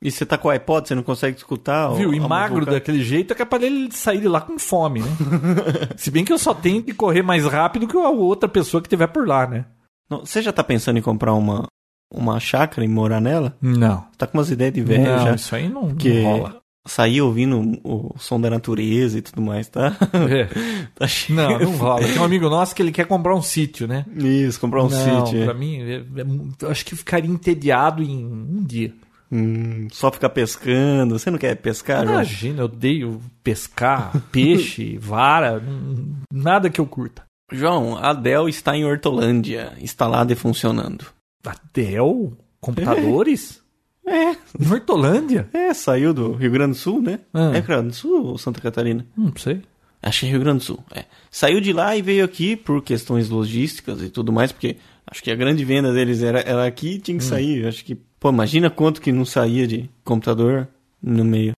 [SPEAKER 2] E você tá com o iPod, você não consegue escutar.
[SPEAKER 1] Viu?
[SPEAKER 2] o-
[SPEAKER 1] E
[SPEAKER 2] a
[SPEAKER 1] magro
[SPEAKER 2] música.
[SPEAKER 1] daquele jeito, é capaz dele sair de lá com fome, né? Se bem que eu só tenho que correr mais rápido que a outra pessoa que tiver por lá, né?
[SPEAKER 2] Não, Você já tá pensando em comprar uma, uma chácara e morar nela?
[SPEAKER 1] Não.
[SPEAKER 2] Tá com umas ideias de velho
[SPEAKER 1] não,
[SPEAKER 2] já.
[SPEAKER 1] isso aí não,
[SPEAKER 2] Que-
[SPEAKER 1] não rola.
[SPEAKER 2] sair ouvindo o som da natureza e tudo mais, tá?
[SPEAKER 1] É.
[SPEAKER 2] tá cheio.
[SPEAKER 1] Não, não rola. Tem um amigo nosso que ele quer comprar um sítio, né?
[SPEAKER 2] Isso, comprar um
[SPEAKER 1] não,
[SPEAKER 2] sítio. é.
[SPEAKER 1] pra mim, é- é mu- eu acho que ficaria entediado em um dia.
[SPEAKER 2] Hum, só ficar pescando. Você não quer pescar, João?
[SPEAKER 1] Imagina, eu odeio pescar, peixe, vara, n- nada que eu curta.
[SPEAKER 2] João, a Dell está em Hortolândia, instalada e funcionando.
[SPEAKER 1] Adel? Computadores?
[SPEAKER 2] É,
[SPEAKER 1] Nortolândia?
[SPEAKER 2] é, saiu do Rio Grande do Sul, né?
[SPEAKER 1] Ah.
[SPEAKER 2] É Rio Grande do Sul ou Santa Catarina?
[SPEAKER 1] Não sei.
[SPEAKER 2] Acho que é Rio Grande do Sul, é. Saiu de lá e veio aqui por questões logísticas e tudo mais, porque acho que a grande venda deles era, era aqui e tinha que sair. Acho que, pô, imagina quanto que não saía de computador no meio.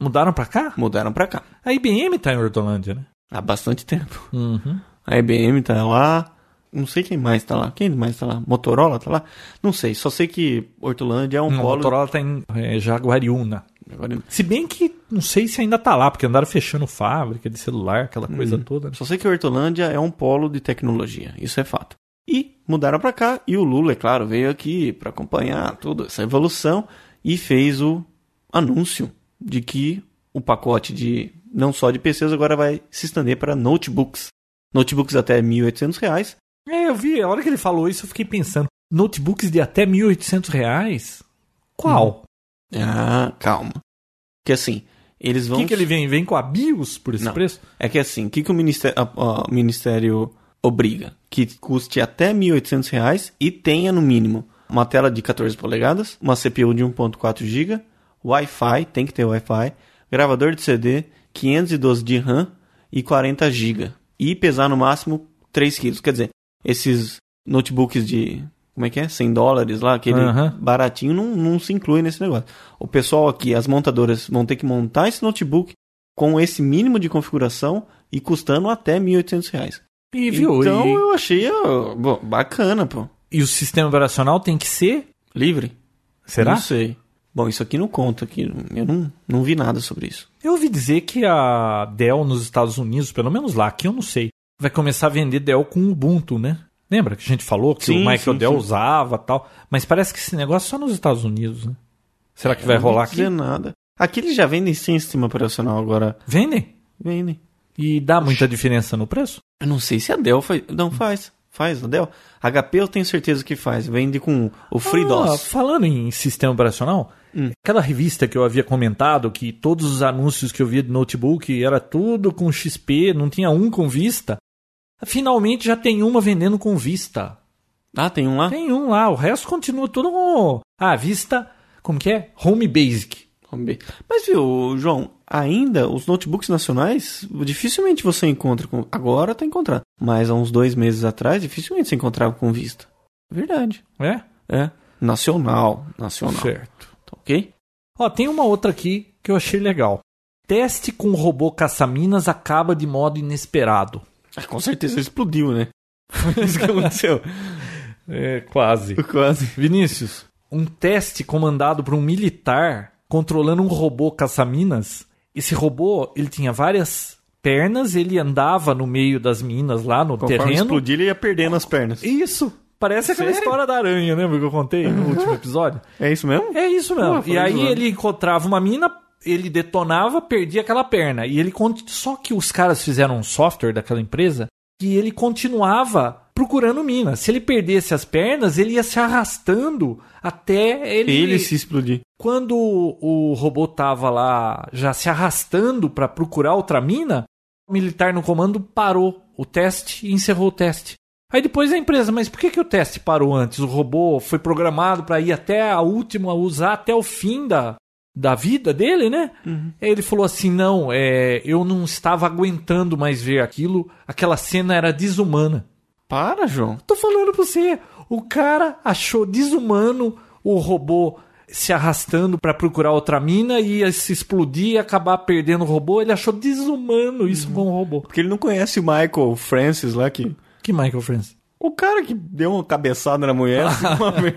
[SPEAKER 1] Mudaram pra cá?
[SPEAKER 2] Mudaram pra cá.
[SPEAKER 1] A IBM tá em Hortolândia, né?
[SPEAKER 2] Há bastante tempo.
[SPEAKER 1] Uhum.
[SPEAKER 2] A IBM tá lá. Não sei quem mais tá lá. Quem mais tá lá? Motorola tá lá? Não sei. Só sei que Hortolândia é um
[SPEAKER 1] Não,
[SPEAKER 2] polo.
[SPEAKER 1] Motorola tá em é, Jaguariúna.
[SPEAKER 2] Agora,
[SPEAKER 1] Se bem que não sei se ainda tá lá, porque andaram fechando fábrica de celular, aquela coisa toda. né?
[SPEAKER 2] Só sei que Hortolândia é um polo de tecnologia. Isso é fato. E mudaram pra cá. E o Lula, é claro, veio aqui pra acompanhar toda essa evolução e fez o anúncio de que o pacote de não só de PCs agora vai se estender para notebooks. Notebooks até R$ 1.800. reais.
[SPEAKER 1] É, eu vi, a hora que ele falou isso, eu fiquei pensando. Notebooks de até 1.800 reais? Qual?
[SPEAKER 2] Ah, calma. Porque assim, eles
[SPEAKER 1] O
[SPEAKER 2] vão.
[SPEAKER 1] que, que ele vem? Vem com a BIOS por esse
[SPEAKER 2] Não.
[SPEAKER 1] preço?
[SPEAKER 2] É que assim, o que, que o ministério, a- a- o ministério obriga? Que custe até R$ 1.800 reais e tenha, no mínimo, uma tela de 14 polegadas, uma CPU de 1.4 GB, Wi-Fi, tem que ter Wi-Fi, gravador de CD, 512 de RAM e 40 GB. E pesar no máximo 3 quilos. Quer dizer, esses notebooks de... Como é que é? 100 dólares lá, aquele
[SPEAKER 1] Aham.
[SPEAKER 2] baratinho, não, não se inclui nesse negócio. O pessoal aqui, as montadoras, vão ter que montar esse notebook com esse mínimo de configuração e custando até R$ 1.800. reais.
[SPEAKER 1] E viu?
[SPEAKER 2] Então
[SPEAKER 1] e,
[SPEAKER 2] eu achei ó, bom, bacana, pô.
[SPEAKER 1] e o sistema operacional tem que ser.
[SPEAKER 2] Livre?
[SPEAKER 1] Será?
[SPEAKER 2] Não sei. Bom, isso aqui não conta, aqui. eu não, não vi nada sobre isso.
[SPEAKER 1] Eu ouvi dizer que a Dell nos Estados Unidos, pelo menos lá, que eu não sei, vai começar a vender Dell com Ubuntu, né? Lembra que a gente falou que
[SPEAKER 2] Sim,
[SPEAKER 1] o Michael
[SPEAKER 2] sim,
[SPEAKER 1] Dell
[SPEAKER 2] sim.
[SPEAKER 1] usava tal? Mas parece que esse negócio é só nos Estados Unidos, né? Será que vai
[SPEAKER 2] Eu não
[SPEAKER 1] rolar
[SPEAKER 2] vou dizer
[SPEAKER 1] aqui?
[SPEAKER 2] nada. Aqui eles já vendem sem sistema operacional agora.
[SPEAKER 1] Vendem?
[SPEAKER 2] Vendem.
[SPEAKER 1] E dá muita diferença no preço?
[SPEAKER 2] Eu não sei se a Dell faz. Não faz. Faz, Adel? HP eu tenho certeza que faz. Vende com o FreeDOS.
[SPEAKER 1] Ah, falando em sistema operacional, aquela revista que eu havia comentado, que todos os anúncios que eu via de notebook era tudo com XP, não tinha um com vista. Finalmente já tem uma vendendo com vista.
[SPEAKER 2] Ah, tem um lá?
[SPEAKER 1] Tem um lá, o resto continua tudo com. Ah, vista. Como que é? Home Basic.
[SPEAKER 2] Vamos ver. Mas viu, João, ainda os notebooks nacionais, dificilmente você encontra com. Agora tá encontrando. Mas há uns dois meses atrás, dificilmente se encontrava com vista. Verdade.
[SPEAKER 1] É?
[SPEAKER 2] É. Nacional. Nacional.
[SPEAKER 1] Certo.
[SPEAKER 2] Tá ok?
[SPEAKER 1] Ó, tem uma outra aqui que eu achei legal. Teste com robô caça-minas acaba de modo inesperado.
[SPEAKER 2] Ah, com certeza explodiu, né? Foi isso que aconteceu.
[SPEAKER 1] É, quase.
[SPEAKER 2] Quase.
[SPEAKER 1] Vinícius, um teste comandado por um militar controlando um robô caça-minas. Esse robô, ele tinha várias pernas, ele andava no meio das minas lá no
[SPEAKER 2] Conforme
[SPEAKER 1] terreno.
[SPEAKER 2] explodir, ele ia perdendo as pernas.
[SPEAKER 1] Isso, parece aquela história da aranha, lembra que eu contei no último episódio?
[SPEAKER 2] É isso mesmo?
[SPEAKER 1] É isso
[SPEAKER 2] Ah,
[SPEAKER 1] mesmo.
[SPEAKER 2] falei
[SPEAKER 1] e aí
[SPEAKER 2] zoando.
[SPEAKER 1] ele encontrava uma mina, ele detonava, perdia aquela perna. E ele con- só que os caras fizeram um software daquela empresa que ele continuava procurando mina. Se ele perdesse as pernas, ele ia se arrastando até ele.
[SPEAKER 2] Ele se explodir.
[SPEAKER 1] Quando o robô tava lá já se arrastando para procurar outra mina, o militar no comando parou o teste e encerrou o teste. Aí depois a empresa, mas por que, que o teste parou antes? O robô foi programado para ir até a última, usar até o fim da, da vida dele, né? Aí ele falou assim: não, é, eu não estava aguentando mais ver aquilo, aquela cena era desumana.
[SPEAKER 2] Para, João.
[SPEAKER 1] Tô falando pra você. O cara achou desumano o robô se arrastando pra procurar outra mina e ia se explodir e acabar perdendo o robô. Ele achou desumano isso com o robô.
[SPEAKER 2] Porque ele não conhece o Michael Francis lá que.
[SPEAKER 1] Que Michael Francis?
[SPEAKER 2] O cara que deu uma cabeçada na mulher assim, com, uma,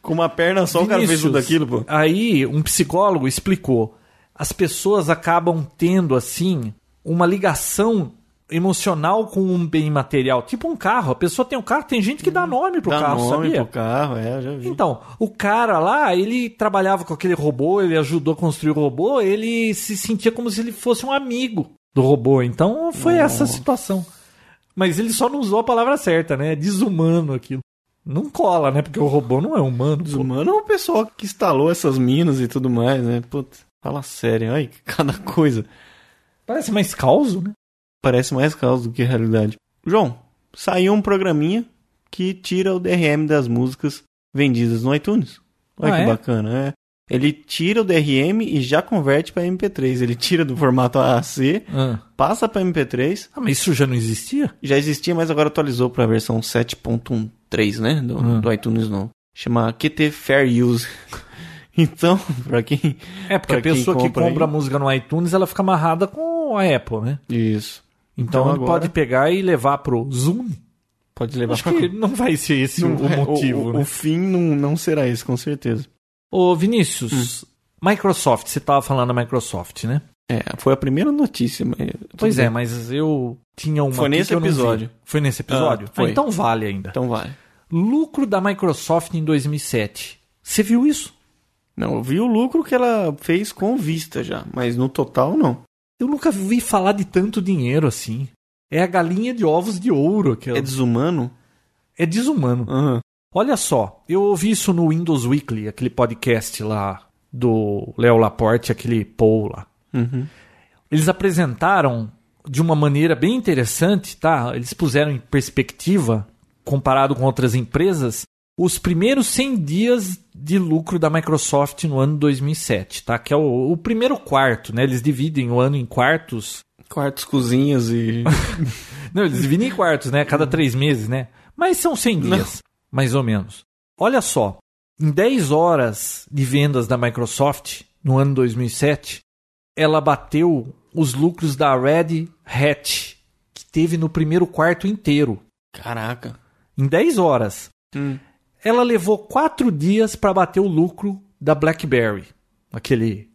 [SPEAKER 2] com uma perna só, o cara fez
[SPEAKER 1] Vinícius,
[SPEAKER 2] tudo aquilo, pô.
[SPEAKER 1] Aí um psicólogo explicou. As pessoas acabam tendo, assim, uma ligação emocional com um bem material. Tipo um carro. A pessoa tem um carro, tem gente que dá nome pro
[SPEAKER 2] Hum. Dá
[SPEAKER 1] carro,
[SPEAKER 2] nome
[SPEAKER 1] sabia?
[SPEAKER 2] pro carro, é, já vi.
[SPEAKER 1] Então, o cara lá, ele trabalhava com aquele robô, ele ajudou a construir o robô, ele se sentia como se ele fosse um amigo do robô. Então, foi essa a situação. Mas ele só não usou a palavra certa, né? É Desumano aquilo. Não cola, né? Porque o robô não é humano. pô.
[SPEAKER 2] Desumano é o pessoal que instalou essas minas e tudo mais, né? Puta, fala sério, ai, que cada coisa.
[SPEAKER 1] Parece mais causo, né?
[SPEAKER 2] Parece mais caos do que realidade. João, saiu um programinha que tira o DRM das músicas vendidas no iTunes. Olha
[SPEAKER 1] Ah,
[SPEAKER 2] que
[SPEAKER 1] é?
[SPEAKER 2] bacana, é. Ele tira o DRM e já converte pra MP3. Ele tira do formato AAC,
[SPEAKER 1] Ah,
[SPEAKER 2] passa pra MP3
[SPEAKER 1] mas isso já não existia?
[SPEAKER 2] Já existia, mas agora atualizou para a versão 7.13, né? Do,
[SPEAKER 1] Hum.
[SPEAKER 2] do iTunes novo. Chama QT Fair Use. então, para quem.
[SPEAKER 1] É, porque
[SPEAKER 2] Pra
[SPEAKER 1] a pessoa
[SPEAKER 2] quem
[SPEAKER 1] que
[SPEAKER 2] compra
[SPEAKER 1] compra
[SPEAKER 2] aí.
[SPEAKER 1] música no iTunes, ela fica amarrada com a Apple, né?
[SPEAKER 2] Isso.
[SPEAKER 1] Então,
[SPEAKER 2] Então
[SPEAKER 1] ele
[SPEAKER 2] agora-
[SPEAKER 1] pode pegar e levar pro Zoom.
[SPEAKER 2] Pode levar
[SPEAKER 1] Acho que não vai ser esse
[SPEAKER 2] Não
[SPEAKER 1] o
[SPEAKER 2] é,
[SPEAKER 1] motivo.
[SPEAKER 2] O,
[SPEAKER 1] né?
[SPEAKER 2] o fim não, não será esse, com certeza.
[SPEAKER 1] Ô, Vinícius,
[SPEAKER 2] Hum.
[SPEAKER 1] Microsoft, você tava falando da Microsoft, né?
[SPEAKER 2] É, foi a primeira notícia, mas.
[SPEAKER 1] pois
[SPEAKER 2] tudo
[SPEAKER 1] é,
[SPEAKER 2] bem.
[SPEAKER 1] mas eu tinha uma.
[SPEAKER 2] Foi
[SPEAKER 1] aqui
[SPEAKER 2] nesse
[SPEAKER 1] que eu não vi.
[SPEAKER 2] episódio.
[SPEAKER 1] Foi nesse episódio?
[SPEAKER 2] Ah, foi.
[SPEAKER 1] então vale ainda.
[SPEAKER 2] Então vai.
[SPEAKER 1] Lucro da Microsoft em 2007. Você viu isso?
[SPEAKER 2] Não, eu vi o lucro que ela fez com vista já, mas no total não.
[SPEAKER 1] Eu nunca vi falar de tanto dinheiro assim. É a galinha de ovos de ouro. Aquela.
[SPEAKER 2] É
[SPEAKER 1] É,
[SPEAKER 2] desumano?
[SPEAKER 1] desumano.
[SPEAKER 2] Aham.
[SPEAKER 1] Olha só, eu ouvi isso no Windows Weekly, aquele podcast lá do Léo Laporte, aquele Paul lá.
[SPEAKER 2] Uhum.
[SPEAKER 1] eles apresentaram de uma maneira bem interessante, tá? Eles puseram em perspectiva, comparado com outras empresas, os primeiros 100 dias de lucro da Microsoft no ano 2007, tá? Que é o, o primeiro quarto, né? Eles dividem o ano em quartos.
[SPEAKER 2] Quartos, cozinhas e.
[SPEAKER 1] Não, eles dividem em quartos, né? Cada três meses, né? Mas são 100 dias, mais ou menos. Olha só, em 10 horas de vendas da Microsoft no ano 2007, ela bateu os lucros da Red Hat, que teve no primeiro quarto inteiro,
[SPEAKER 2] Caraca.
[SPEAKER 1] em 10 horas.
[SPEAKER 2] Hum.
[SPEAKER 1] Ela levou 4 dias para bater o lucro da BlackBerry, aquele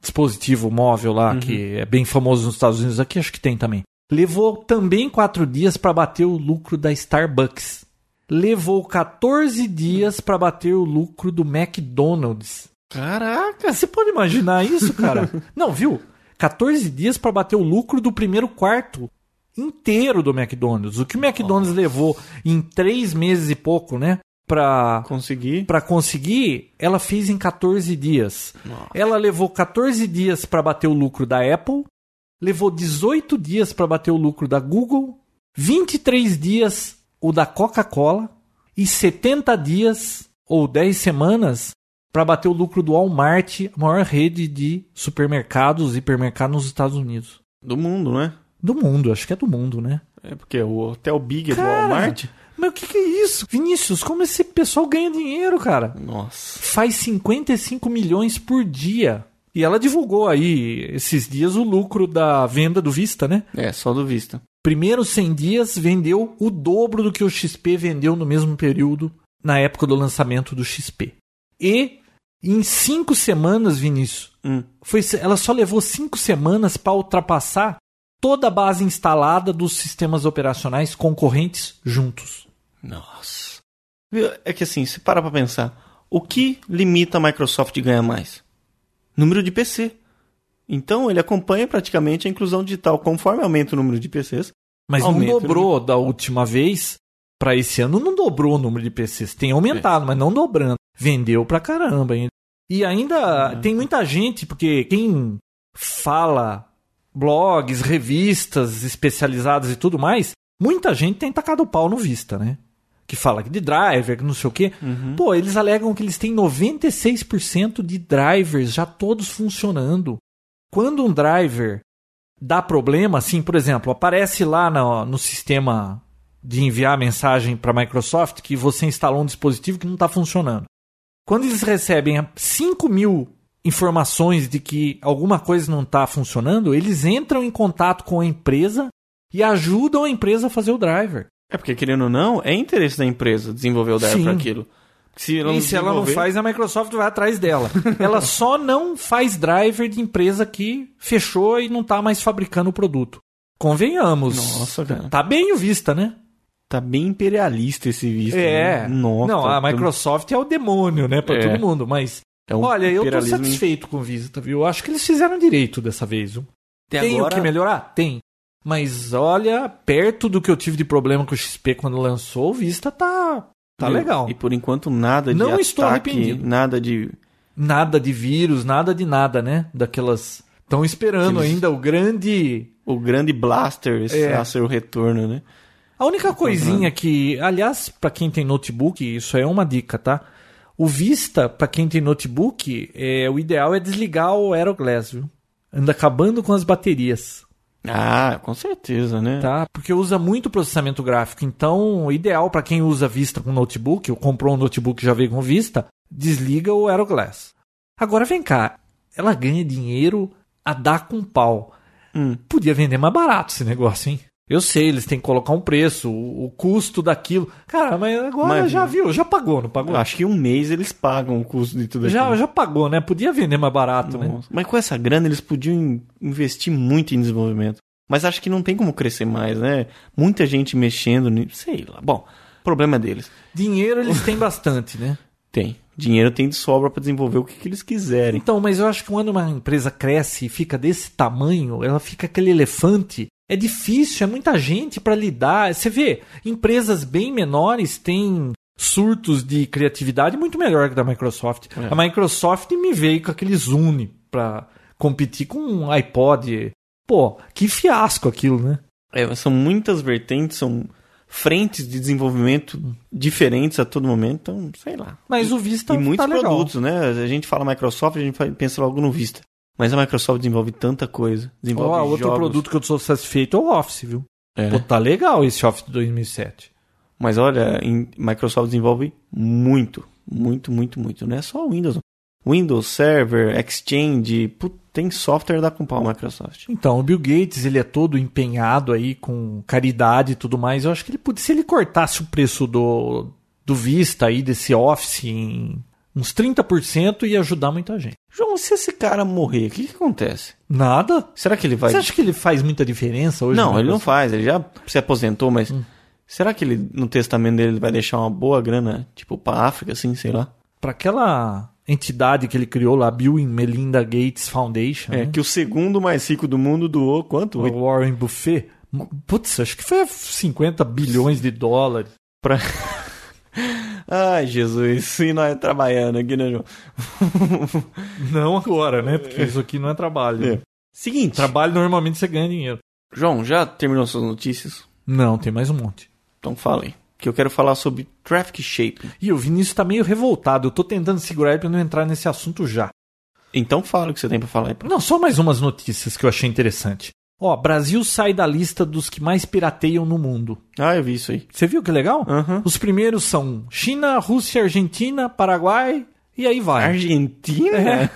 [SPEAKER 1] dispositivo móvel lá que é bem famoso nos Estados Unidos, aqui acho que tem também. Levou também 4 dias para bater o lucro da Starbucks. Levou 14 dias para bater o lucro do McDonald's.
[SPEAKER 2] Caraca!
[SPEAKER 1] Cara, Você pode imaginar isso, cara? Não, viu? 14 dias pra bater o lucro do primeiro quarto inteiro do McDonald's. O que o McDonald's levou em três meses e pouco, né? Pra,
[SPEAKER 2] Consegui.
[SPEAKER 1] pra conseguir, ela fez em 14 dias.
[SPEAKER 2] Nossa.
[SPEAKER 1] Ela levou 14 dias para bater o lucro da Apple, levou 18 dias para bater o lucro da Google, 23 dias o da Coca-Cola e 70 dias ou 10 semanas para bater o lucro do Walmart, a maior rede de supermercados e hipermercados nos Estados Unidos.
[SPEAKER 2] Do mundo, né?
[SPEAKER 1] Do mundo, acho que é do mundo, né?
[SPEAKER 2] É porque o Hotel Big é do
[SPEAKER 1] Cara.
[SPEAKER 2] Walmart.
[SPEAKER 1] Mas o que, que é isso? Vinícius, como esse pessoal ganha dinheiro, cara?
[SPEAKER 2] Nossa.
[SPEAKER 1] faz 55 milhões por dia. E ela divulgou aí esses dias o lucro da venda do Vista, né?
[SPEAKER 2] É, só do Vista.
[SPEAKER 1] Primeiros 100 dias vendeu o dobro do que o XP vendeu no mesmo período na época do lançamento do XP. E em 5 semanas, Vinícius,
[SPEAKER 2] Hum.
[SPEAKER 1] foi, ela só levou 5 semanas para ultrapassar toda a base instalada dos sistemas operacionais concorrentes juntos.
[SPEAKER 2] Nossa. Viu? É que assim, se parar pra pensar, o que limita a Microsoft de ganhar mais? Número de PC. Então ele acompanha praticamente a inclusão digital. Conforme aumenta o número de PCs,
[SPEAKER 1] Mas
[SPEAKER 2] Aumenta,
[SPEAKER 1] não dobrou da última vez para esse ano, não dobrou o número de PCs. Tem aumentado, mas não dobrando. Vendeu pra caramba ainda. E ainda tem muita gente, porque quem fala blogs, revistas especializadas e tudo mais, muita gente tem tacado o pau no Vista, né? Que fala de driver, que não sei o quê.
[SPEAKER 2] Uhum.
[SPEAKER 1] Pô, eles alegam que eles têm 96% de drivers já todos funcionando. Quando um driver dá problema, assim, por exemplo, aparece lá no, no sistema de enviar mensagem para a Microsoft que você instalou um dispositivo que não está funcionando. Quando eles recebem 5 mil informações de que alguma coisa não está funcionando, eles entram em contato com a empresa e ajudam a empresa a fazer o driver.
[SPEAKER 2] é porque querendo ou não, é interesse da empresa desenvolver o driver
[SPEAKER 1] Sim.
[SPEAKER 2] para aquilo. Se ela não
[SPEAKER 1] e se ela não
[SPEAKER 2] desenvolver-
[SPEAKER 1] faz, a Microsoft vai atrás dela. ela só não faz driver de empresa que fechou e não está mais fabricando o produto. Convenhamos.
[SPEAKER 2] Nossa, cara.
[SPEAKER 1] Tá bem o Vista, né?
[SPEAKER 2] Tá bem imperialista esse visto.
[SPEAKER 1] É.
[SPEAKER 2] né? Nossa.
[SPEAKER 1] não, a
[SPEAKER 2] tá-
[SPEAKER 1] Microsoft é o demônio, né, pra
[SPEAKER 2] É.
[SPEAKER 1] todo mundo, mas
[SPEAKER 2] é um
[SPEAKER 1] olha, eu tô
[SPEAKER 2] imperialismo
[SPEAKER 1] satisfeito com o Vista, viu? Eu acho que eles fizeram direito dessa vez. viu?
[SPEAKER 2] Até
[SPEAKER 1] Tem
[SPEAKER 2] agora,
[SPEAKER 1] o que melhorar? Tem. Mas olha, perto do que eu tive de problema com o XP quando lançou, o Vista tá tá
[SPEAKER 2] viu?
[SPEAKER 1] legal.
[SPEAKER 2] E por enquanto nada de
[SPEAKER 1] Não estou
[SPEAKER 2] ataque,
[SPEAKER 1] arrependido.
[SPEAKER 2] nada de
[SPEAKER 1] Nada de vírus, nada de nada, né? Daquelas estão esperando
[SPEAKER 2] Aqueles-
[SPEAKER 1] ainda o grande
[SPEAKER 2] o grande blaster
[SPEAKER 1] É.
[SPEAKER 2] a seu retorno, né?
[SPEAKER 1] A única coisinha que, aliás, pra quem tem notebook, isso é uma dica, tá? O Vista, pra quem tem notebook, é, o ideal é desligar o Aeroglass, viu? Anda acabando com as baterias,
[SPEAKER 2] Ah, com certeza, né?
[SPEAKER 1] tá? Porque usa muito processamento gráfico. Então, o ideal pra quem usa Vista com notebook, ou comprou um notebook que já veio com Vista, desliga o Aeroglass. Agora vem cá, ela ganha dinheiro a dar com pau.
[SPEAKER 2] Hum.
[SPEAKER 1] Podia vender mais barato esse negócio, hein? Eu sei, eles têm que colocar um preço, o, o custo daquilo. Cara, mas agora
[SPEAKER 2] Mas-
[SPEAKER 1] já viu, já pagou, não
[SPEAKER 2] Eu
[SPEAKER 1] pagou?
[SPEAKER 2] acho que um mês eles pagam o custo de tudo
[SPEAKER 1] Já,
[SPEAKER 2] aquilo.
[SPEAKER 1] já pagou, né? Podia vender mais barato, né?
[SPEAKER 2] Nossa. Mas com essa grana eles podiam in- investir muito em desenvolvimento. Mas acho que não tem como crescer mais, né? Muita gente mexendo, ni- sei lá. Bom, problema deles.
[SPEAKER 1] Dinheiro eles têm bastante, né?
[SPEAKER 2] Tem. Dinheiro tem de sobra pra desenvolver o que, que eles quiserem.
[SPEAKER 1] Então, mas eu acho que quando uma empresa cresce e fica desse tamanho, ela fica aquele elefante. É difícil, é muita gente para lidar. Você vê, empresas bem menores têm surtos de criatividade muito melhor que da Microsoft.
[SPEAKER 2] É.
[SPEAKER 1] A Microsoft me veio com aquele Zune para competir com um iPod. Pô, que fiasco aquilo, né?
[SPEAKER 2] É, são muitas vertentes, são frentes de
[SPEAKER 1] Hum.
[SPEAKER 2] desenvolvimento diferentes a todo momento. Então, sei lá.
[SPEAKER 1] Mas o Vista
[SPEAKER 2] e muitos
[SPEAKER 1] tá legal.
[SPEAKER 2] produtos, né? A gente fala Microsoft, a gente fa- pensa logo no Vista. Mas a Microsoft desenvolve tanta coisa. Desenvolve
[SPEAKER 1] Ó, outro
[SPEAKER 2] jogos.
[SPEAKER 1] produto que eu sou satisfeito é o Office, viu?
[SPEAKER 2] É.
[SPEAKER 1] Pô, tá legal esse Office 2007.
[SPEAKER 2] Mas olha, em- Microsoft desenvolve muito, muito, muito, muito. Não é só o Windows. não. Windows Server, Exchange, put- tem software da com pau Microsoft.
[SPEAKER 1] Então, o Bill Gates, ele é todo empenhado aí com caridade e tudo mais. Eu acho que ele podia, se ele cortasse o preço do, do Vista aí, desse Office, em uns 30%, ia ajudar muita gente.
[SPEAKER 2] João, se esse cara morrer, o que, que acontece?
[SPEAKER 1] Nada?
[SPEAKER 2] Será que ele vai.
[SPEAKER 1] Você acha que ele faz muita diferença hoje?
[SPEAKER 2] não,
[SPEAKER 1] na
[SPEAKER 2] ele não
[SPEAKER 1] Microsoft?
[SPEAKER 2] faz, ele já se aposentou, mas. Será que ele, no testamento dele, ele vai deixar uma boa grana, tipo, pra África, assim, sei lá?
[SPEAKER 1] Pra aquela entidade que ele criou lá, Bill e Melinda Gates Foundation,
[SPEAKER 2] É,
[SPEAKER 1] né?
[SPEAKER 2] que o segundo mais rico do mundo doou quanto?
[SPEAKER 1] o Warren Buffet, Putz, acho que foi 50 bilhões de dólares.
[SPEAKER 2] Pra...
[SPEAKER 1] Oh.
[SPEAKER 2] Ai, Jesus, e nós trabalhando aqui, né, João?
[SPEAKER 1] Não agora, né? Porque isso aqui não é trabalho.
[SPEAKER 2] É. Seguinte,
[SPEAKER 1] Trabalho normalmente você ganha dinheiro.
[SPEAKER 2] João, já terminou suas notícias?
[SPEAKER 1] Não, tem mais um monte.
[SPEAKER 2] Então falem. Que eu quero falar sobre traffic shaping.
[SPEAKER 1] E o Vinícius tá meio revoltado. Eu tô tentando segurar ele pra não entrar nesse assunto já.
[SPEAKER 2] Então fala o que você tem pra falar aí. pra-
[SPEAKER 1] Não, só mais umas notícias que eu achei interessante. Ó, Brasil sai da lista dos que mais pirateiam no mundo.
[SPEAKER 2] Ah, eu vi isso aí.
[SPEAKER 1] Você viu que legal?
[SPEAKER 2] Aham.
[SPEAKER 1] Os primeiros são China, Rússia, Argentina, Paraguai e aí vai. É.
[SPEAKER 2] Argentina?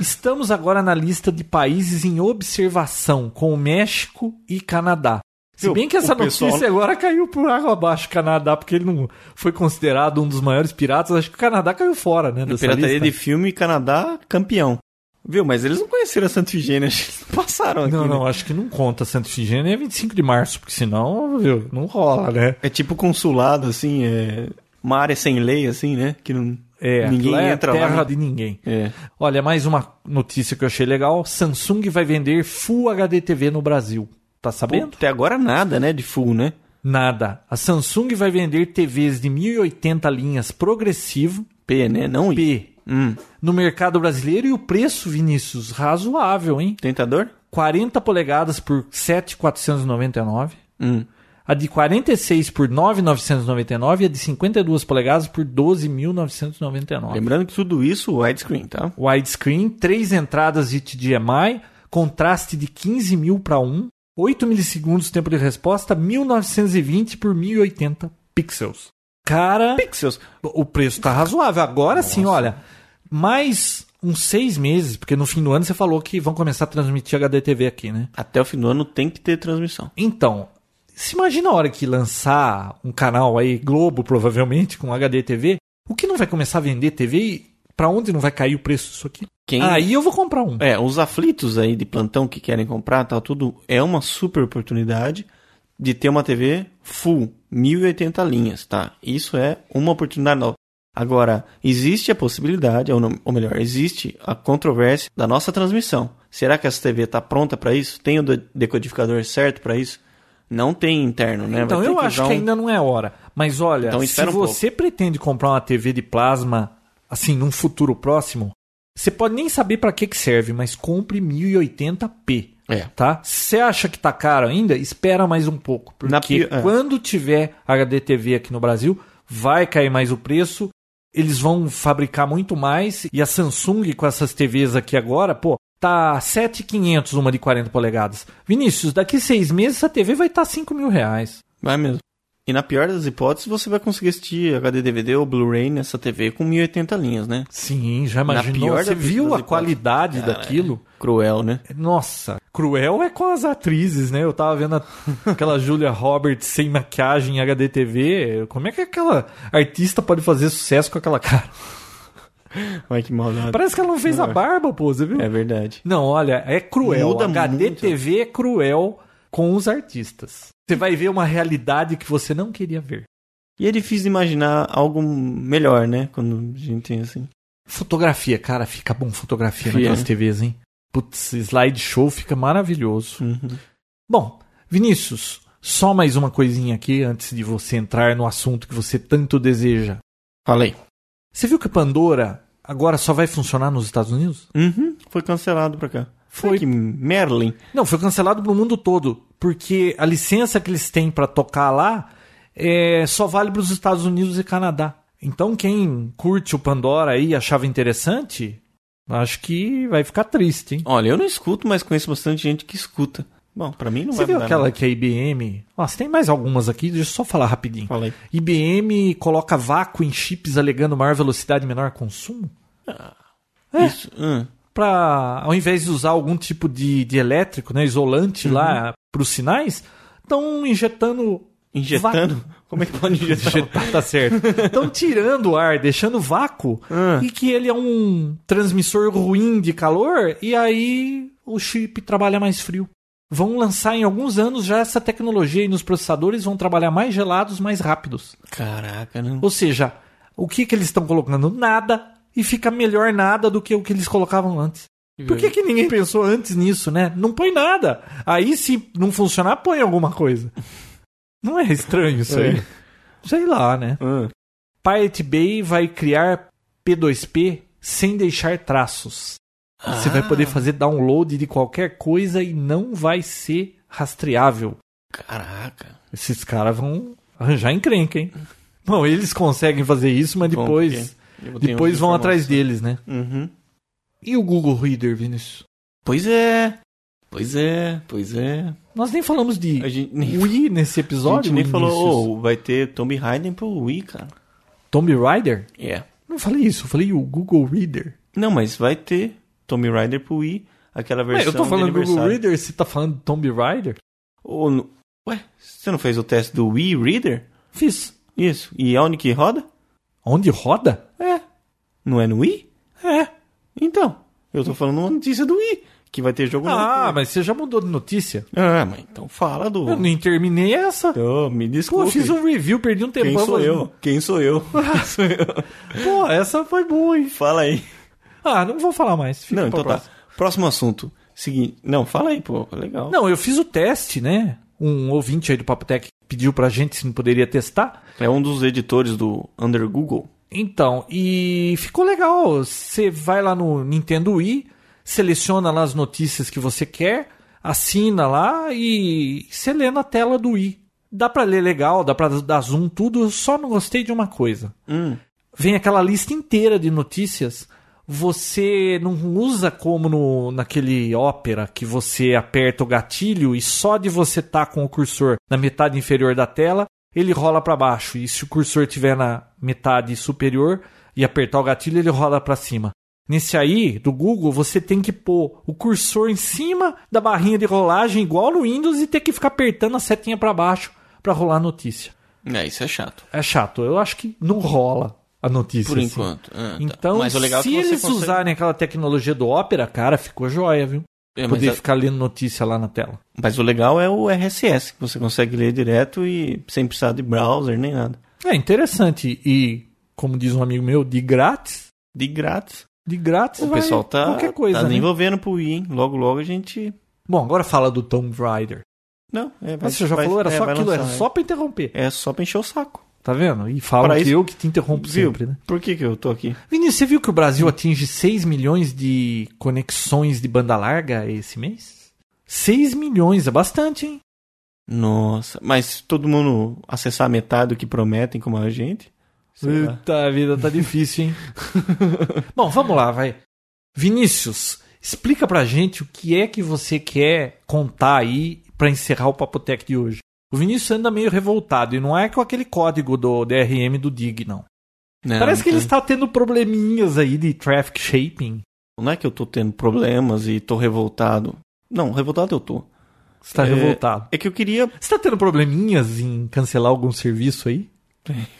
[SPEAKER 1] Estamos agora na lista de países em observação com o México e Canadá. Se
[SPEAKER 2] Viu,
[SPEAKER 1] bem que essa
[SPEAKER 2] o pessoal-
[SPEAKER 1] notícia agora caiu por água abaixo, Canadá, porque ele não foi considerado um dos maiores piratas. Acho que o Canadá caiu fora, né? Dessa
[SPEAKER 2] Pirataria
[SPEAKER 1] lista.
[SPEAKER 2] de filme, Canadá, campeão. Viu? Mas eles não conheceram a Santa Efigênia, acho que eles não passaram aqui.
[SPEAKER 1] Não, não,
[SPEAKER 2] né?
[SPEAKER 1] acho que não conta. Santa Efigênia é 25 de março, porque senão, viu, não rola, né?
[SPEAKER 2] É tipo consulado, assim, é. Uma área sem lei, assim, né? Que não.
[SPEAKER 1] É,
[SPEAKER 2] ninguém
[SPEAKER 1] lá é
[SPEAKER 2] entra
[SPEAKER 1] terra
[SPEAKER 2] lá.
[SPEAKER 1] de ninguém.
[SPEAKER 2] É.
[SPEAKER 1] Olha, mais uma notícia que eu achei legal. Samsung vai vender Full HD TV no Brasil. Tá
[SPEAKER 2] Pô,
[SPEAKER 1] sabendo?
[SPEAKER 2] até agora nada, né? De full, né?
[SPEAKER 1] Nada. A Samsung vai vender TVs de 1080 linhas progressivo,
[SPEAKER 2] P, né? Não I.
[SPEAKER 1] P,
[SPEAKER 2] Hum.
[SPEAKER 1] no mercado brasileiro e o preço, Vinícius, razoável, hein?
[SPEAKER 2] Tentador?
[SPEAKER 1] 40 polegadas por 7,499.
[SPEAKER 2] Hum.
[SPEAKER 1] A de 46 por 9,999 e a de 52 polegadas por 12.999.
[SPEAKER 2] Lembrando que tudo isso widescreen, tá?
[SPEAKER 1] widescreen, três entradas de HDMI, contraste de 15 mil para 1, 8 milissegundos tempo de resposta, 1920 por 1080 pixels. Cara,
[SPEAKER 2] Pixels.
[SPEAKER 1] o preço tá razoável. Agora sim, olha, mais uns seis meses, porque no fim do ano você falou que vão começar a transmitir HDTV aqui, né?
[SPEAKER 2] Até o fim do ano tem que ter transmissão.
[SPEAKER 1] Então, se imagina a hora que lançar um canal aí, Globo, provavelmente, com HDTV, o que não vai começar a vender TV e pra onde não vai cair o preço disso aqui?
[SPEAKER 2] Quem?
[SPEAKER 1] Aí eu vou comprar um.
[SPEAKER 2] É, os aflitos aí de plantão que querem comprar, tal, tudo, é uma super oportunidade de ter uma TV full, 1080 linhas, tá? Isso é uma oportunidade nova. Agora, existe a possibilidade, ou, não- ou melhor, existe a controvérsia da nossa transmissão. Será que essa TV tá pronta para isso? Tem o de- decodificador certo para isso? Não tem interno, né? Vai
[SPEAKER 1] Então
[SPEAKER 2] ter
[SPEAKER 1] eu acho
[SPEAKER 2] usar
[SPEAKER 1] que
[SPEAKER 2] um-
[SPEAKER 1] ainda não é hora. Mas olha,
[SPEAKER 2] Então
[SPEAKER 1] se
[SPEAKER 2] espera um
[SPEAKER 1] você pretende comprar uma TV de plasma, assim, num futuro próximo, você pode nem saber pra que que serve, mas compre 1080p,
[SPEAKER 2] É.
[SPEAKER 1] tá? Se você acha que tá caro ainda, espera mais um pouco, porque
[SPEAKER 2] Na pi- é.
[SPEAKER 1] quando tiver HDTV aqui no Brasil, vai cair mais o preço. Eles vão fabricar muito mais e a Samsung com essas TVs aqui agora, pô, tá 7.500 uma de 40 polegadas. Vinícius, daqui seis meses essa TV vai estar tá 5 mil reais.
[SPEAKER 2] Vai mesmo. E na pior das hipóteses, você vai conseguir assistir HD DVD ou Blu-ray nessa TV com 1080 linhas, né?
[SPEAKER 1] Sim, já
[SPEAKER 2] Na
[SPEAKER 1] imaginou.
[SPEAKER 2] pior
[SPEAKER 1] Você
[SPEAKER 2] das
[SPEAKER 1] viu a
[SPEAKER 2] hipóteses. É,
[SPEAKER 1] qualidade
[SPEAKER 2] Cara,
[SPEAKER 1] daquilo?
[SPEAKER 2] Cruel, né?
[SPEAKER 1] Nossa, cruel é com as atrizes, né? Eu tava vendo a- aquela Julia Roberts sem maquiagem em HDTV. Como é que aquela artista pode fazer sucesso com aquela cara?
[SPEAKER 2] Ai, que maldade.
[SPEAKER 1] Parece que ela não fez a barba, pô, você viu?
[SPEAKER 2] É verdade.
[SPEAKER 1] Não, olha, é cruel.
[SPEAKER 2] Muda
[SPEAKER 1] HDTV é cruel com os artistas. Você vai ver uma realidade que você não queria ver.
[SPEAKER 2] E é difícil de imaginar algo melhor, né? Quando a gente tem assim.
[SPEAKER 1] Fotografia, cara, fica bom fotografia
[SPEAKER 2] Fia,
[SPEAKER 1] naquelas
[SPEAKER 2] né?
[SPEAKER 1] TVs, hein? Putz, slideshow fica maravilhoso.
[SPEAKER 2] Uhum.
[SPEAKER 1] Bom, Vinícius, só mais uma coisinha aqui antes de você entrar no assunto que você tanto deseja.
[SPEAKER 2] Falei.
[SPEAKER 1] Você viu que Pandora agora só vai funcionar nos Estados Unidos?
[SPEAKER 2] Uhum. Foi cancelado pra cá.
[SPEAKER 1] Foi.
[SPEAKER 2] Ai, que Merlin.
[SPEAKER 1] Não, foi cancelado pro mundo todo, porque a licença que eles têm para tocar lá é, só vale para os Estados Unidos e Canadá. Então quem curte o Pandora aí e achava interessante, acho que vai ficar triste, hein?
[SPEAKER 2] Olha, eu não escuto, mas conheço bastante gente que escuta. Bom, pra mim não
[SPEAKER 1] Você
[SPEAKER 2] vai
[SPEAKER 1] viu
[SPEAKER 2] mudar
[SPEAKER 1] aquela
[SPEAKER 2] nada.
[SPEAKER 1] que a IBM... Nossa, tem mais algumas aqui, deixa eu só falar rapidinho.
[SPEAKER 2] Falei.
[SPEAKER 1] IBM coloca vácuo em chips alegando maior velocidade e menor consumo? É.
[SPEAKER 2] Isso. hum.
[SPEAKER 1] Pra, ao invés de usar algum tipo de, de elétrico, né, isolante
[SPEAKER 2] Uhum.
[SPEAKER 1] lá para os sinais, estão injetando...
[SPEAKER 2] Injetando? Como é que pode injetar?
[SPEAKER 1] Injetar, tá certo. Estão tirando o ar, deixando vácuo,
[SPEAKER 2] Ah.
[SPEAKER 1] e que ele é um transmissor ruim de calor, e aí o chip trabalha mais frio. Vão lançar em alguns anos já essa tecnologia e nos processadores vão trabalhar mais gelados, mais rápidos.
[SPEAKER 2] Caraca, não.
[SPEAKER 1] Ou seja, o que, que eles estão colocando? Nada. E fica melhor nada do que o que eles colocavam antes. Por que, que ninguém pensou antes nisso, né? Não põe nada. Aí, se não funcionar, põe alguma coisa. Não é estranho isso aí? Sei lá, né?
[SPEAKER 2] Ah,
[SPEAKER 1] Pirate Bay vai criar P2P sem deixar traços. Você vai poder fazer download de qualquer coisa e não vai ser rastreável.
[SPEAKER 2] caraca.
[SPEAKER 1] Esses caras vão arranjar encrenca, hein? Bom, eles conseguem fazer isso, mas
[SPEAKER 2] Bom,
[SPEAKER 1] depois,
[SPEAKER 2] porque eu tenho
[SPEAKER 1] depois vão
[SPEAKER 2] informação.
[SPEAKER 1] atrás deles, né?
[SPEAKER 2] Uhum.
[SPEAKER 1] E o Google Reader, Vinícius?
[SPEAKER 2] Pois é. Pois é, pois é.
[SPEAKER 1] Nós nem falamos de
[SPEAKER 2] A gente nem,
[SPEAKER 1] Wii nesse
[SPEAKER 2] a
[SPEAKER 1] episódio.
[SPEAKER 2] gente nem
[SPEAKER 1] Vinícius.
[SPEAKER 2] falou, ô, vai ter Tomb Raider pro Wii, cara.
[SPEAKER 1] Tomb Raider?
[SPEAKER 2] É.
[SPEAKER 1] Não falei isso, eu falei o Google Reader.
[SPEAKER 2] Não, mas vai ter Tomb Raider pro Wii, aquela
[SPEAKER 1] Ué,
[SPEAKER 2] versão
[SPEAKER 1] eu tô falando
[SPEAKER 2] de
[SPEAKER 1] do Google
[SPEAKER 2] aniversário.
[SPEAKER 1] Reader, você tá falando do Tomb Raider?
[SPEAKER 2] Ou no- Ué, você não fez o teste do Wii Reader?
[SPEAKER 1] Fiz.
[SPEAKER 2] Isso. E é onde que roda?
[SPEAKER 1] Onde roda?
[SPEAKER 2] É. Não é no Wii?
[SPEAKER 1] É.
[SPEAKER 2] Então, eu tô falando uma notícia do Wii, que vai ter jogo
[SPEAKER 1] Ah,
[SPEAKER 2] novo.
[SPEAKER 1] mas você já mudou de notícia.
[SPEAKER 2] Ah, mas então fala do...
[SPEAKER 1] Eu nem terminei essa.
[SPEAKER 2] Ô, me
[SPEAKER 1] Pô,
[SPEAKER 2] desculpe.
[SPEAKER 1] eu fiz um review, perdi um tempo.
[SPEAKER 2] Quem sou eu? Quem sou eu? Quem sou eu?
[SPEAKER 1] Pô, essa foi boa, hein?
[SPEAKER 2] Fala aí.
[SPEAKER 1] Ah, não vou falar mais. Fica
[SPEAKER 2] Não,
[SPEAKER 1] pra
[SPEAKER 2] então tá.
[SPEAKER 1] próxima.
[SPEAKER 2] Próximo assunto. Seguinte. Não, fala aí, pô. Legal.
[SPEAKER 1] Não, eu fiz o teste, né? Um ouvinte aí do Papo Tech pediu pra gente se não poderia testar.
[SPEAKER 2] É um dos editores do Under Google.
[SPEAKER 1] Então, e ficou legal. Você vai lá no Nintendo Wii, seleciona lá as notícias que você quer, assina lá e você lê na tela do Wii. Dá pra ler legal, dá pra dar zoom, tudo. Eu só não gostei de uma coisa.
[SPEAKER 2] Hum.
[SPEAKER 1] Vem aquela lista inteira de notícias. Você não usa como no, naquele Opera que você aperta o gatilho e só de você estar com o cursor na metade inferior da tela, ele rola para baixo. E se o cursor estiver na metade superior e apertar o gatilho, ele rola para cima. Nesse aí, do Google, você tem que pôr o cursor em cima da barrinha de rolagem, igual no Windows, e ter que ficar apertando a setinha para baixo para rolar a notícia.
[SPEAKER 2] É, isso é chato.
[SPEAKER 1] É chato. Eu acho que não rola a notícia.
[SPEAKER 2] Por
[SPEAKER 1] assim.
[SPEAKER 2] enquanto. Ah, tá.
[SPEAKER 1] Então,
[SPEAKER 2] mas o legal é
[SPEAKER 1] se
[SPEAKER 2] que você
[SPEAKER 1] eles
[SPEAKER 2] consegue-
[SPEAKER 1] usarem aquela tecnologia do Opera, cara, ficou joia, viu?
[SPEAKER 2] É, mas,
[SPEAKER 1] Poder
[SPEAKER 2] a-
[SPEAKER 1] ficar lendo notícia lá na tela.
[SPEAKER 2] mas o legal é o RSS, que você consegue ler direto e sem precisar de browser nem nada.
[SPEAKER 1] É interessante. E, como diz um amigo meu, de grátis,
[SPEAKER 2] De grátis.
[SPEAKER 1] de grátis
[SPEAKER 2] O
[SPEAKER 1] vai
[SPEAKER 2] pessoal tá,
[SPEAKER 1] qualquer coisa,
[SPEAKER 2] tá
[SPEAKER 1] né?
[SPEAKER 2] desenvolvendo pro Wii, hein? Logo, logo a gente...
[SPEAKER 1] Bom, agora fala do Tomb Raider.
[SPEAKER 2] Não, é, vai,
[SPEAKER 1] Mas você já
[SPEAKER 2] vai-
[SPEAKER 1] falou, era
[SPEAKER 2] é,
[SPEAKER 1] só
[SPEAKER 2] vai
[SPEAKER 1] aquilo,
[SPEAKER 2] lançar,
[SPEAKER 1] era só pra interromper.
[SPEAKER 2] É É só pra encher o saco.
[SPEAKER 1] Tá vendo? E fala
[SPEAKER 2] Pra
[SPEAKER 1] que
[SPEAKER 2] isso-
[SPEAKER 1] eu que te interrompo
[SPEAKER 2] Viu?
[SPEAKER 1] sempre, né?
[SPEAKER 2] Por que que eu tô aqui?
[SPEAKER 1] Vinícius, você viu que o Brasil atinge 6 milhões de conexões de banda larga esse mês? 6 milhões, é bastante, hein?
[SPEAKER 2] Nossa, mas se todo mundo acessar metade do que prometem como a gente... sei lá.
[SPEAKER 1] Puta vida, tá difícil, hein? Bom, vamos lá, vai. Vinícius, explica pra gente o que é que você quer contar aí pra encerrar o Papotec de hoje. O Vinícius anda meio revoltado e não é com aquele código do DRM do DIG, não.
[SPEAKER 2] Não,
[SPEAKER 1] Parece que
[SPEAKER 2] então-
[SPEAKER 1] ele está tendo probleminhas aí de traffic shaping.
[SPEAKER 2] Não é que eu tô tendo problemas e tô revoltado. Não, revoltado eu tô.
[SPEAKER 1] Você tá
[SPEAKER 2] É.
[SPEAKER 1] revoltado.
[SPEAKER 2] É que eu queria
[SPEAKER 1] Você tá tendo probleminhas em cancelar algum serviço aí?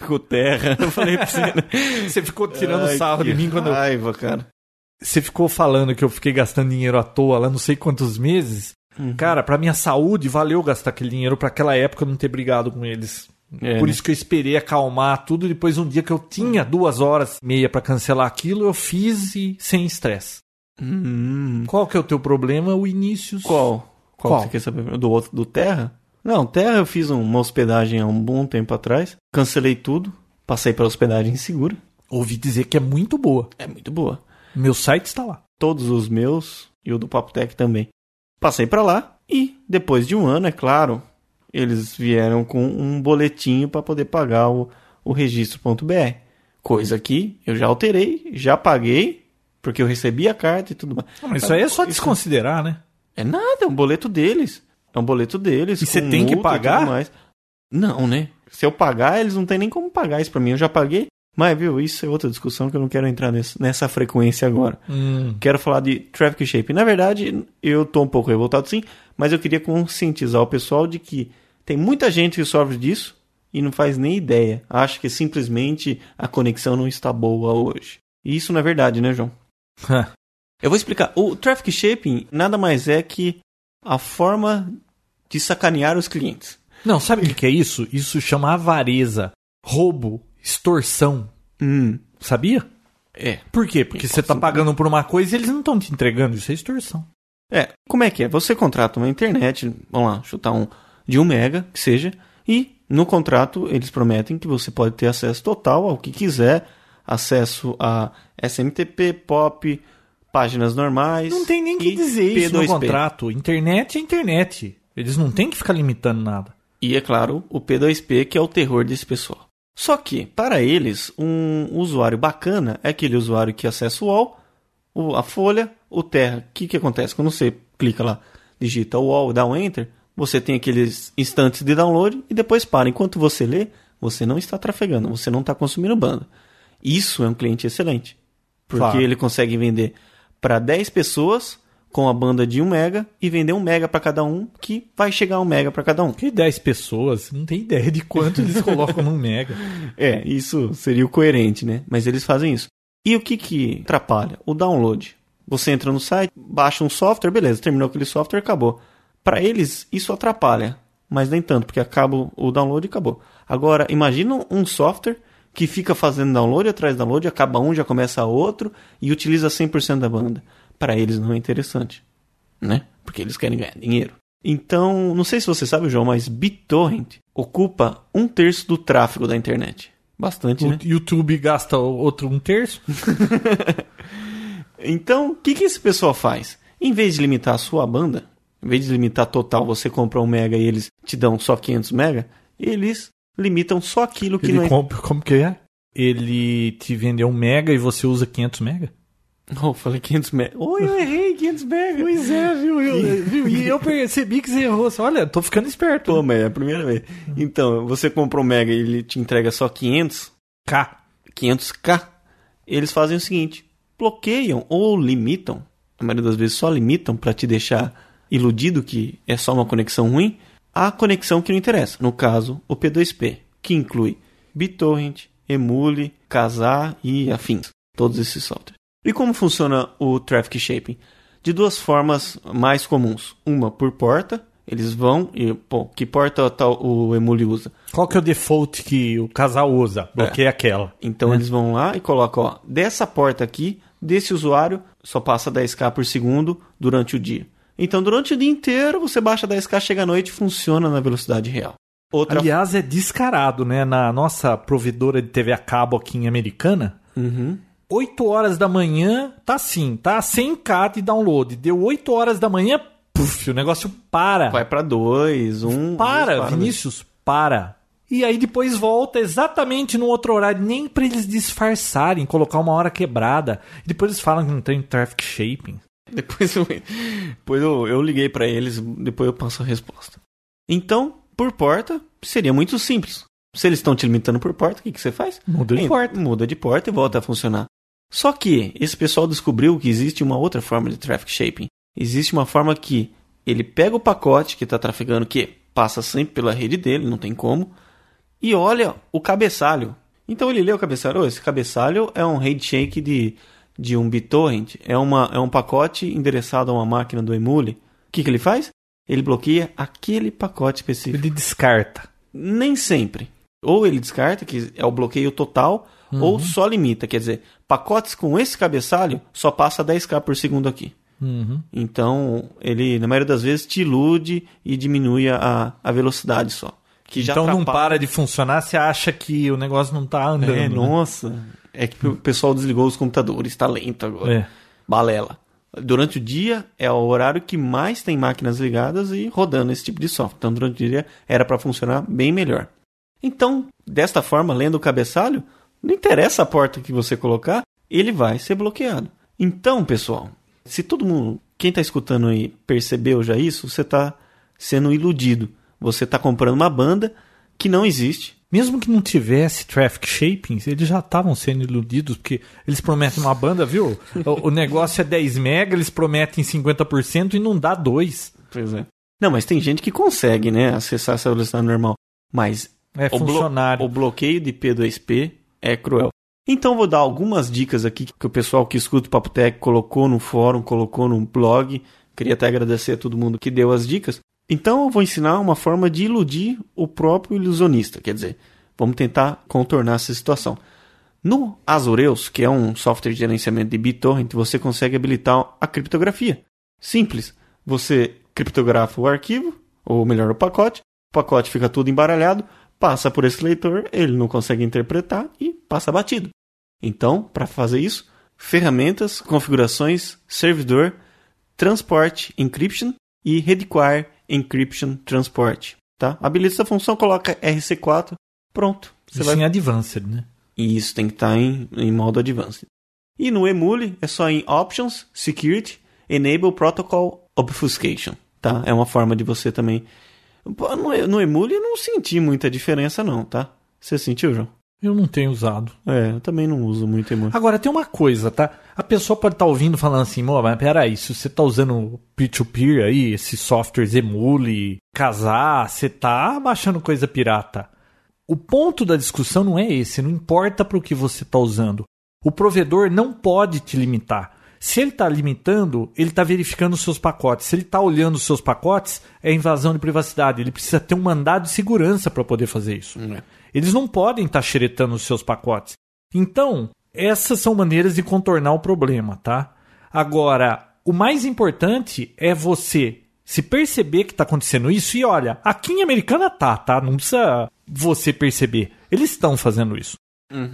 [SPEAKER 2] com terra. Eu falei pra você. Né?
[SPEAKER 1] Você ficou tirando
[SPEAKER 2] Ai,
[SPEAKER 1] sarro de
[SPEAKER 2] que
[SPEAKER 1] mim quando eu
[SPEAKER 2] raiva, cara.
[SPEAKER 1] você ficou falando que eu fiquei gastando dinheiro à toa lá não sei quantos meses.
[SPEAKER 2] Uhum.
[SPEAKER 1] Cara, pra minha saúde, valeu gastar aquele dinheiro pra aquela época eu não ter brigado com eles.
[SPEAKER 2] É,
[SPEAKER 1] Por
[SPEAKER 2] né?
[SPEAKER 1] isso que eu esperei acalmar tudo. Depois, um dia que eu tinha duas horas e meia pra cancelar aquilo, eu fiz e sem estresse.
[SPEAKER 2] Hum.
[SPEAKER 1] Qual que é o teu problema? O início.
[SPEAKER 2] Qual? Qual?
[SPEAKER 1] Qual?
[SPEAKER 2] que Você quer saber? Do outro, do terra? Não, terra eu fiz uma hospedagem há um bom tempo atrás. Cancelei tudo. Passei pra hospedagem segura.
[SPEAKER 1] Ouvi dizer que é muito boa.
[SPEAKER 2] É muito boa.
[SPEAKER 1] Meu site está lá.
[SPEAKER 2] todos os meus e o do Papotec também. Passei pra lá e depois de um ano, é claro, eles vieram com um boletinho para poder pagar o, o registro.br. Coisa que eu já alterei, já paguei, porque eu recebi a carta e tudo mais.
[SPEAKER 1] Mas isso aí é só desconsiderar, né?
[SPEAKER 2] É nada, é um boleto deles. É um boleto deles.
[SPEAKER 1] E você
[SPEAKER 2] com
[SPEAKER 1] tem que
[SPEAKER 2] multa e tudo
[SPEAKER 1] pagar?
[SPEAKER 2] mais. Não, né? Se eu pagar, eles não têm nem como pagar isso pra mim. Eu já paguei. Mas, viu, isso é outra discussão que eu não quero entrar nesse- nessa frequência agora.
[SPEAKER 1] Hum.
[SPEAKER 2] Quero falar de traffic shape. Na verdade, eu tô um pouco revoltado sim, mas eu queria conscientizar o pessoal de que tem muita gente que sofre disso e não faz nem ideia. Acha que simplesmente a conexão não está boa hoje. E isso não é verdade, né, João? Eu vou explicar. O traffic shaping nada mais é que a forma de sacanear os clientes.
[SPEAKER 1] Não, sabe o que que é isso? Isso chama avareza, roubo, extorsão.
[SPEAKER 2] Hum.
[SPEAKER 1] Sabia?
[SPEAKER 2] É.
[SPEAKER 1] Por quê? Porque você está pagando por uma coisa e eles não estão te entregando. Isso é extorsão.
[SPEAKER 2] É, como é que é? Você contrata uma internet, vamos lá, chutar um de 1 mega, que seja, e no contrato eles prometem que você pode ter acesso total ao que quiser, acesso a SMTP, POP, páginas normais.
[SPEAKER 1] Não tem nem que
[SPEAKER 2] e
[SPEAKER 1] dizer isso no
[SPEAKER 2] P2P.
[SPEAKER 1] contrato. Internet é internet. Eles não têm que ficar limitando nada.
[SPEAKER 2] E é claro, o P2P, que é o terror desse pessoal. Só que, para eles, um usuário bacana é aquele usuário que acessa o UOL, o- a Folha, o Terra. O que, que acontece? Quando você clica lá, digita o UOL, dá um Enter, você tem aqueles instantes de download e depois para. Enquanto você lê, você não está trafegando, você não está consumindo banda. Isso é um cliente excelente. Porque
[SPEAKER 1] Claro.
[SPEAKER 2] ele consegue vender para 10 pessoas com a banda de 1 mega e vender 1 mega para cada um, que vai chegar a 1 mega para cada um.
[SPEAKER 1] Porque 10 pessoas, não tem ideia de quanto eles colocam num mega.
[SPEAKER 2] É, isso seria o coerente, né? Mas eles fazem isso. E o que que atrapalha? O download. Você entra no site, baixa um software, beleza, terminou aquele software, acabou. Para eles, isso atrapalha, mas nem tanto, porque acaba o download e acabou. Agora, imagina um software que fica fazendo download atrás de download, acaba um, já começa outro e utiliza 100% da banda. Para eles não é interessante, né? Porque eles querem ganhar dinheiro. Então, não sei se você sabe, João, mas BitTorrent ocupa um terço do tráfego da internet. Bastante, né?
[SPEAKER 1] O YouTube gasta outro um terço.
[SPEAKER 2] Então, o que, que esse pessoal faz? Em vez de limitar a sua banda, em vez de limitar total, você compra um mega e eles te dão só 500 mega, eles limitam só aquilo que não
[SPEAKER 1] ele
[SPEAKER 2] é...
[SPEAKER 1] compra, como que é? Ele te vendeu um mega e você usa 500 mega?
[SPEAKER 2] Não, eu falei 500 mega. Oi, eu errei, 500 mega.
[SPEAKER 1] Pois é, viu?
[SPEAKER 2] eu-
[SPEAKER 1] e eu percebi que você errou. assim, Olha, tô ficando esperto.
[SPEAKER 2] Pô, mas é a primeira vez. Então, você compra um mega e ele te entrega só 500,
[SPEAKER 1] K.
[SPEAKER 2] 500k, eles fazem o seguinte: bloqueiam ou limitam, a maioria das vezes só limitam para te deixar iludido que é só uma conexão ruim, a conexão que não interessa. No caso, o P2P, que inclui BitTorrent, Emule, Kazaa e afins, todos esses softwares. E como funciona o traffic shaping? De duas formas mais comuns: uma por porta, eles vão e pô, que porta tal o Emule usa?
[SPEAKER 1] Qual que é o default que o casal usa? Bloqueia aquela.
[SPEAKER 2] Então eles vão lá e colocam, ó, dessa porta aqui, desse usuário, só passa 10k por segundo durante o dia. Então, durante o dia inteiro, você baixa 10k, chega à noite, funciona na velocidade real. Outra
[SPEAKER 1] Aliás, é descarado, né? Na nossa provedora de TV a cabo aqui em Americana,
[SPEAKER 2] Uhum.
[SPEAKER 1] 8 horas da manhã tá assim, tá 100k de download. Deu 8 horas da manhã, puf, o negócio para.
[SPEAKER 2] vai pra 2, 1... Um, às
[SPEAKER 1] para,
[SPEAKER 2] vezes mesmo.
[SPEAKER 1] Vinícius, para. E aí depois volta exatamente no outro horário, nem pra eles disfarçarem, colocar uma hora quebrada. E depois eles falam que não tem traffic shaping.
[SPEAKER 2] Depois, eu, depois eu, eu liguei pra eles, depois eu passo a resposta. Então, por porta, seria muito simples. Se eles estão te limitando por porta, o que, que você faz?
[SPEAKER 1] Muda de
[SPEAKER 2] Entra- Muda de porta e volta a funcionar. Só que esse pessoal descobriu que existe uma outra forma de traffic shaping. Existe uma forma que ele pega o pacote que está trafegando, que passa sempre pela rede dele, não tem como, e olha o cabeçalho. Então ele lê o cabeçalho. "Oh, esse cabeçalho é um handshake de, de um BitTorrent, é, uma, é um pacote endereçado a uma máquina do Emule. O que, que ele faz? Ele bloqueia aquele pacote específico.
[SPEAKER 1] Ele descarta.
[SPEAKER 2] Nem sempre. Ou ele descarta, que é o bloqueio total, ou só limita. Quer dizer, pacotes com esse cabeçalho só passa 10k por segundo aqui.
[SPEAKER 1] Uhum.
[SPEAKER 2] Então, ele, na maioria das vezes, te ilude e diminui a, a velocidade só. Que já
[SPEAKER 1] então não
[SPEAKER 2] atrapalha.
[SPEAKER 1] para de funcionar, você acha que o negócio não tá andando. né?
[SPEAKER 2] É, nossa. É que o pessoal desligou os computadores, tá lento agora.
[SPEAKER 1] É.
[SPEAKER 2] Balela. Durante o dia é o horário que mais tem máquinas ligadas e rodando esse tipo de software. Então, durante o dia era para funcionar bem melhor. Então, desta forma, lendo o cabeçalho, não interessa a porta que você colocar, ele vai ser bloqueado. Então, pessoal, se todo mundo, quem está escutando aí, percebeu já isso, você está sendo iludido. Você está comprando uma banda que não existe,
[SPEAKER 1] Mesmo que não tivesse traffic shaping, eles já estavam sendo iludidos, porque eles prometem uma banda, viu? O, o negócio é 10 mega, eles prometem 50% e não dá 2.
[SPEAKER 2] Pois é. Não, mas tem gente que consegue, né, acessar essa velocidade normal. Mas
[SPEAKER 1] É
[SPEAKER 2] o, blo-
[SPEAKER 1] funcionário.
[SPEAKER 2] o bloqueio de P2P é cruel. Então vou dar algumas dicas aqui que o pessoal que escuta o Papo Tech colocou no fórum, colocou no blog. Queria até agradecer a todo mundo que deu as dicas. Então eu vou ensinar uma forma de iludir o próprio ilusionista. Quer dizer, vamos tentar contornar essa situação. No Azureus, que é um software de gerenciamento de BitTorrent, você consegue habilitar a criptografia. Simples. Você criptografa o arquivo, ou melhor, o pacote, o pacote fica tudo embaralhado, passa por esse leitor, ele não consegue interpretar e passa batido. Então, para fazer isso, ferramentas, configurações, servidor, transport encryption e require encryption transport, tá? Habilita essa função, coloca RC4, pronto.
[SPEAKER 1] Você Isso em Advanced, né?
[SPEAKER 2] E isso tem que estar em, em modo Advanced. E no Emule é só em Options, Security, Enable Protocol Obfuscation, tá? É uma forma de você também... Pô, No, no Emule eu não senti muita diferença não, tá? Você sentiu, João?
[SPEAKER 1] Eu não tenho usado.
[SPEAKER 2] É, eu também não uso muito Emule.
[SPEAKER 1] Agora, tem uma coisa, tá? A pessoa pode estar ouvindo falando assim, Mô, mas peraí, se você tá usando peer-to-peer aí, esses softwares emule, casar, você tá baixando coisa pirata. O ponto da discussão não é esse, não importa para o que você está usando. O provedor não pode te limitar. Se ele está limitando, ele está verificando os seus pacotes. Se ele está olhando os seus pacotes, é invasão de privacidade. Ele precisa ter um mandado de segurança para poder fazer isso.
[SPEAKER 2] É.
[SPEAKER 1] Eles não podem estar xeretando os seus pacotes. Então, essas são maneiras de contornar o problema, tá? Agora, o mais importante é você se perceber que está acontecendo isso e olha, aqui em Americana tá, tá? Não precisa você perceber. Eles estão fazendo isso.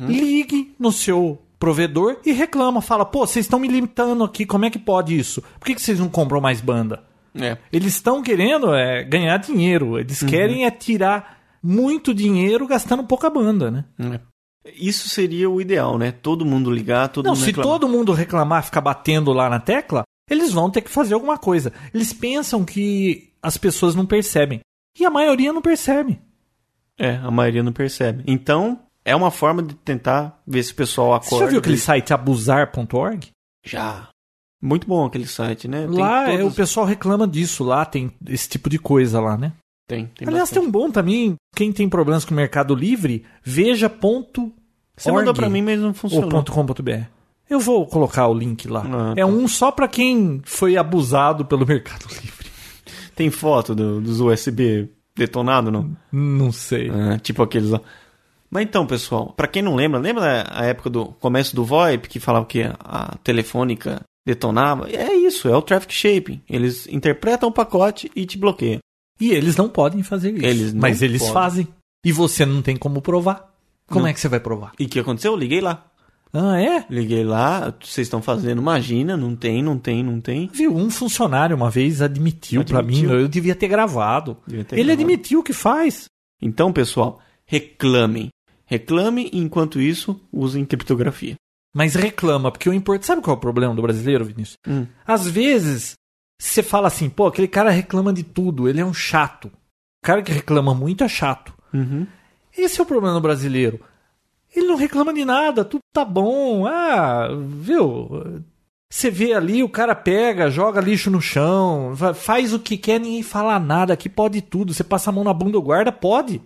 [SPEAKER 1] Ligue no seu provedor e reclama. Fala, pô, vocês estão me limitando aqui, como é que pode isso? Por que, que vocês não compram mais banda?
[SPEAKER 2] É.
[SPEAKER 1] Eles estão querendo é, ganhar dinheiro. Eles
[SPEAKER 2] Uhum.
[SPEAKER 1] querem é tirar muito dinheiro gastando pouca banda, né?
[SPEAKER 2] Isso seria o ideal, né? Todo mundo ligar, todo
[SPEAKER 1] Não,
[SPEAKER 2] mundo
[SPEAKER 1] se
[SPEAKER 2] reclamar.
[SPEAKER 1] todo mundo reclamar, ficar batendo lá na tecla, eles vão ter que fazer alguma coisa. Eles pensam que as pessoas não percebem. E a maioria não percebe.
[SPEAKER 2] É, a maioria não percebe. Então, é uma forma de tentar ver se o pessoal acorda.
[SPEAKER 1] Você já viu aquele
[SPEAKER 2] e-
[SPEAKER 1] site abusar.org?
[SPEAKER 2] Já. Muito bom aquele site, né?
[SPEAKER 1] Lá
[SPEAKER 2] tem
[SPEAKER 1] é, o pessoal reclama disso, lá tem esse tipo de coisa lá, né?
[SPEAKER 2] Tem, tem
[SPEAKER 1] Aliás, tem
[SPEAKER 2] bastante.
[SPEAKER 1] um bom também. Quem tem problemas com o Mercado Livre, veja. ponto
[SPEAKER 2] Você mandou pra mim, mas não
[SPEAKER 1] ou
[SPEAKER 2] funcionou.
[SPEAKER 1] ponto .com.br. Eu vou colocar o link lá.
[SPEAKER 2] Ah,
[SPEAKER 1] é
[SPEAKER 2] tá.
[SPEAKER 1] um só pra quem foi abusado pelo Mercado Livre.
[SPEAKER 2] Tem foto do- dos USB detonado, não?
[SPEAKER 1] Não sei.
[SPEAKER 2] Ah, tipo aqueles lá. Mas então, pessoal, pra quem não lembra, lembra a época do começo do VoIP que falava que a telefônica detonava? É isso, é o traffic shaping. Eles interpretam o pacote e te bloqueiam.
[SPEAKER 1] E eles não podem fazer isso.
[SPEAKER 2] Eles não
[SPEAKER 1] mas eles
[SPEAKER 2] podem.
[SPEAKER 1] fazem. E você não tem como provar. Como
[SPEAKER 2] Não.
[SPEAKER 1] é que você vai provar?
[SPEAKER 2] E o que aconteceu? Eu Liguei lá.
[SPEAKER 1] Ah, é?
[SPEAKER 2] Liguei lá, vocês estão fazendo, imagina, não tem, não tem, não tem.
[SPEAKER 1] Viu, um funcionário uma vez admitiu, pra mim,
[SPEAKER 2] Admitiu.
[SPEAKER 1] eu devia ter gravado.
[SPEAKER 2] Devia ter
[SPEAKER 1] Ele
[SPEAKER 2] gravado.
[SPEAKER 1] admitiu que faz.
[SPEAKER 2] Então, pessoal, reclamem. Reclamem e enquanto isso, usem criptografia.
[SPEAKER 1] Mas reclama, porque o importante. Sabe qual é o problema do brasileiro, Vinícius?
[SPEAKER 2] Hum.
[SPEAKER 1] Às vezes, você fala assim, pô, aquele cara reclama de tudo, ele é um chato. O cara que reclama muito é chato.
[SPEAKER 2] Uhum.
[SPEAKER 1] Esse é o problema do brasileiro. Ele não reclama de nada, tudo tá bom. Ah, viu? Você vê ali, o cara pega, joga lixo no chão, fa- faz o que quer, ninguém fala nada, aqui pode tudo. Você passa a mão na bunda, o guarda, pode.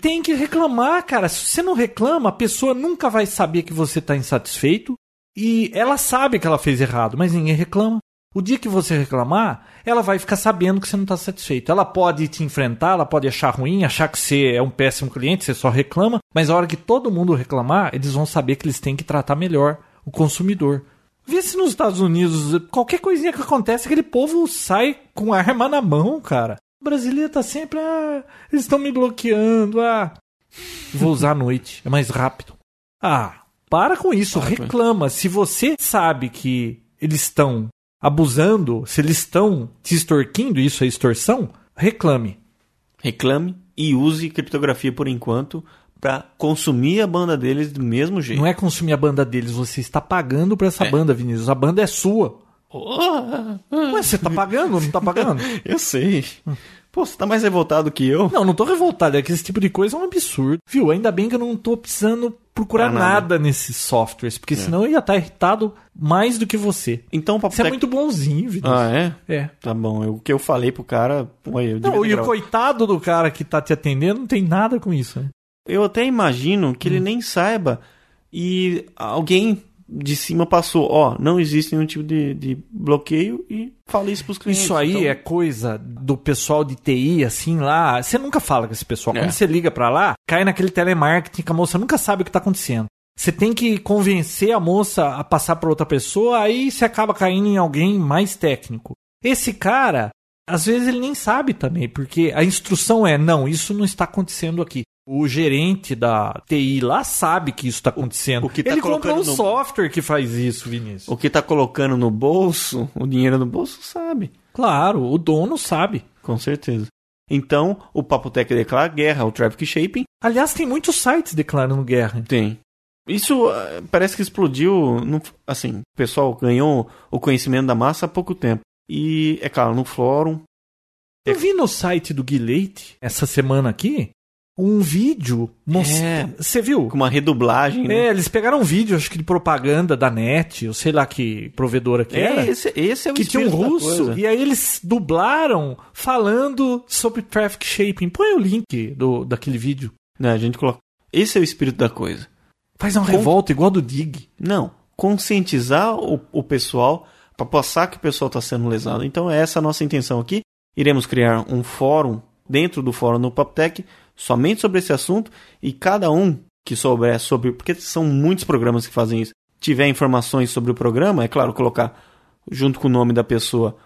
[SPEAKER 1] Tem que reclamar, cara. Se você não reclama, a pessoa nunca vai saber que você tá insatisfeito e ela sabe que ela fez errado, mas ninguém reclama. O dia que você reclamar, ela vai ficar sabendo que você não está satisfeito. Ela pode te enfrentar, ela pode achar ruim, achar que você é um péssimo cliente, você só reclama, mas a hora que todo mundo reclamar, eles vão saber que eles têm que tratar melhor o consumidor. Vê se nos Estados Unidos, qualquer coisinha que acontece, aquele povo sai com a arma na mão, cara. O brasileiro tá sempre, ah, eles estão me bloqueando, ah. Vou usar à noite, é mais rápido. Ah, para com isso,
[SPEAKER 2] Para com isso.
[SPEAKER 1] reclama. Se você sabe que eles estão abusando, se eles estão te extorquindo, isso é extorsão, reclame.
[SPEAKER 2] Reclame e use criptografia por enquanto para consumir a banda deles do mesmo jeito.
[SPEAKER 1] Não é consumir a banda deles, você está pagando pra essa
[SPEAKER 2] É.
[SPEAKER 1] banda, Vinícius. A banda é sua.
[SPEAKER 2] Hum.
[SPEAKER 1] Mas você tá pagando ou não tá pagando?
[SPEAKER 2] Eu sei. Pô, você tá mais revoltado que eu?
[SPEAKER 1] Não, não tô revoltado, é que esse tipo de coisa é um absurdo. Viu? Ainda bem que eu não tô precisando procurar
[SPEAKER 2] Pra nada. É.
[SPEAKER 1] nada. nesses softwares, porque senão eu ia estar irritado mais do que você.
[SPEAKER 2] Então, o papo
[SPEAKER 1] Você é
[SPEAKER 2] tec-
[SPEAKER 1] muito bonzinho, Vinícius.
[SPEAKER 2] Ah, é?
[SPEAKER 1] é.
[SPEAKER 2] Tá bom. Eu- O que eu falei pro cara. Olha, eu, devia
[SPEAKER 1] Não,
[SPEAKER 2] ter
[SPEAKER 1] e o
[SPEAKER 2] gravado.
[SPEAKER 1] coitado do cara que tá te atendendo não tem nada com isso, né?
[SPEAKER 2] eu até imagino que ele nem saiba e alguém de cima passou, ó, não existe nenhum tipo de, de bloqueio e fala isso pros clientes.
[SPEAKER 1] Isso aí
[SPEAKER 2] Então,
[SPEAKER 1] é coisa do pessoal de TI, assim, lá. Você nunca fala com esse pessoal.
[SPEAKER 2] É.
[SPEAKER 1] Quando você liga pra lá, cai naquele telemarketing que a moça nunca sabe o que tá acontecendo. Você tem que convencer a moça a passar pra outra pessoa, aí você acaba caindo em alguém mais técnico. Esse cara, às vezes ele nem sabe também, porque a instrução é: não, isso não está acontecendo aqui. O gerente da TI lá sabe que isso está acontecendo.
[SPEAKER 2] o que tá
[SPEAKER 1] ele comprou um
[SPEAKER 2] colocando no-
[SPEAKER 1] software que faz isso, Vinícius.
[SPEAKER 2] O que tá colocando no bolso, o dinheiro no bolso, sabe.
[SPEAKER 1] Claro, o dono sabe.
[SPEAKER 2] Com certeza. Então, o Papo Tech declara guerra ao traffic shaping.
[SPEAKER 1] Aliás, tem muitos sites declarando guerra.
[SPEAKER 2] Tem. Isso ah, parece que explodiu. no- assim, o pessoal ganhou o conhecimento da massa há pouco tempo. E, é claro, no fórum.
[SPEAKER 1] Eu vi no site do Guilherme essa semana aqui um vídeo mostrando. Você viu?
[SPEAKER 2] Com uma redublagem, É. né?
[SPEAKER 1] É, eles pegaram um vídeo, acho que de propaganda da net, ou sei lá que provedora que era.
[SPEAKER 2] esse, esse é o
[SPEAKER 1] que tinha um
[SPEAKER 2] espírito da
[SPEAKER 1] russo,
[SPEAKER 2] coisa.
[SPEAKER 1] e aí eles dublaram falando sobre traffic shaping. Põe o link do, daquele vídeo.
[SPEAKER 2] Né, a gente coloca. Esse é o espírito da coisa.
[SPEAKER 1] Faz uma
[SPEAKER 2] Com-
[SPEAKER 1] revolta igual a do Dig.
[SPEAKER 2] Não. Conscientizar o, o pessoal para passar que o pessoal está sendo lesado. Então, essa é a nossa intenção aqui. Iremos criar um fórum dentro do fórum do Papotec somente sobre esse assunto e cada um que souber sobre, porque são muitos programas que fazem isso, tiver informações sobre o programa, é claro, colocar junto com o nome da pessoa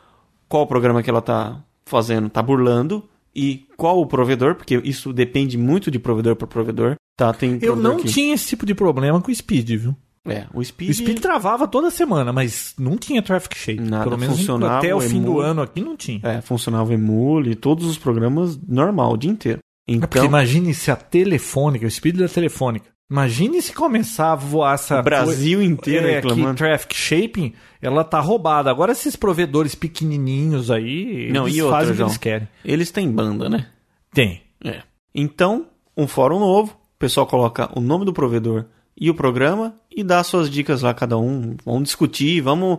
[SPEAKER 2] qual programa que ela está fazendo, está burlando e qual o provedor, porque isso depende muito de provedor para provedor. Tá, tem
[SPEAKER 1] Eu
[SPEAKER 2] provedor
[SPEAKER 1] não
[SPEAKER 2] que-
[SPEAKER 1] tinha esse tipo de problema com o Speed, viu?
[SPEAKER 2] É, o Speed,
[SPEAKER 1] O Speed travava toda semana, mas não tinha traffic shape.
[SPEAKER 2] Nada
[SPEAKER 1] Pelo menos
[SPEAKER 2] funcionava,
[SPEAKER 1] até o
[SPEAKER 2] o
[SPEAKER 1] fim do
[SPEAKER 2] emu-
[SPEAKER 1] ano aqui não tinha.
[SPEAKER 2] É, funcionava o Emule, todos os programas normal, o dia inteiro.
[SPEAKER 1] É porque
[SPEAKER 2] Então,
[SPEAKER 1] imagine se a telefônica, o speed da telefônica. Imagine se começar a voar essa.
[SPEAKER 2] o Brasil inteiro
[SPEAKER 1] coisa- é, que
[SPEAKER 2] reclamando.
[SPEAKER 1] traffic shaping, ela tá roubada. Agora esses provedores pequenininhos aí,
[SPEAKER 2] Não,
[SPEAKER 1] eles
[SPEAKER 2] e outra,
[SPEAKER 1] fazem o que
[SPEAKER 2] João?
[SPEAKER 1] eles querem.
[SPEAKER 2] Eles têm banda, né?
[SPEAKER 1] Tem.
[SPEAKER 2] É. Então, um fórum novo, o pessoal coloca o nome do provedor e o programa e dá suas dicas lá, cada um. Vamos discutir, vamos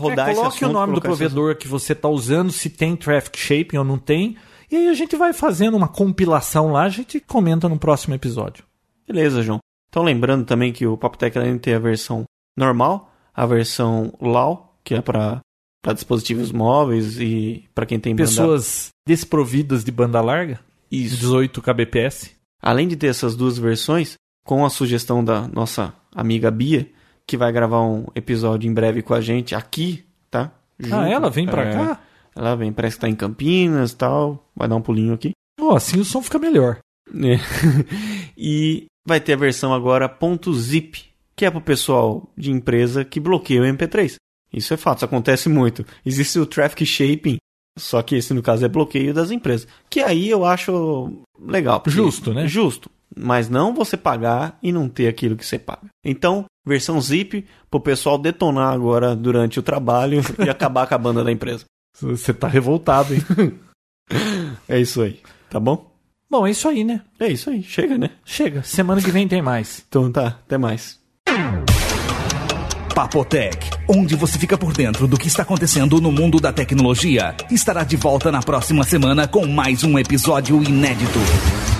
[SPEAKER 2] rodar
[SPEAKER 1] É,
[SPEAKER 2] esse
[SPEAKER 1] coloque
[SPEAKER 2] assunto.
[SPEAKER 1] o nome do
[SPEAKER 2] colocar esse
[SPEAKER 1] provedor que você está usando, se tem traffic shaping ou não tem. E aí a gente vai fazendo uma compilação lá, a gente comenta no próximo episódio.
[SPEAKER 2] assunto. Beleza, João. Então, lembrando também que o Papotec ainda tem a versão normal, a versão LAW, que é para dispositivos móveis e para quem tem banda-
[SPEAKER 1] Pessoas desprovidas de banda larga,
[SPEAKER 2] Isso.
[SPEAKER 1] 18 kbps.
[SPEAKER 2] Além de ter essas duas versões, com a sugestão da nossa amiga Bia, que vai gravar um episódio em breve com a gente aqui, tá? Junto.
[SPEAKER 1] Ah, ela vem pra
[SPEAKER 2] É,
[SPEAKER 1] cá?
[SPEAKER 2] Ela vem, parece que tá em Campinas e tal. Vai dar um pulinho aqui.
[SPEAKER 1] Ó, assim o som fica melhor.
[SPEAKER 2] É. e vai ter a versão agora .zip, que é pro pessoal de empresa que bloqueia o MP3. Isso é fato, isso acontece muito. Existe o traffic shaping, só que esse no caso é bloqueio das empresas, que aí eu acho legal. porque-
[SPEAKER 1] Justo, né?
[SPEAKER 2] Justo, mas não você pagar e não ter aquilo que você paga. Então, versão zip pro pessoal detonar agora durante o trabalho e acabar com a banda da empresa.
[SPEAKER 1] Você tá revoltado, hein?
[SPEAKER 2] É isso aí, tá bom?
[SPEAKER 1] Bom, é isso aí, né?
[SPEAKER 2] É isso aí, chega, né?
[SPEAKER 1] Chega, semana que vem tem mais.
[SPEAKER 2] Então tá, até mais.
[SPEAKER 3] Papotec, onde você fica por dentro do que está acontecendo no mundo da tecnologia, estará de volta na próxima semana com mais um episódio inédito.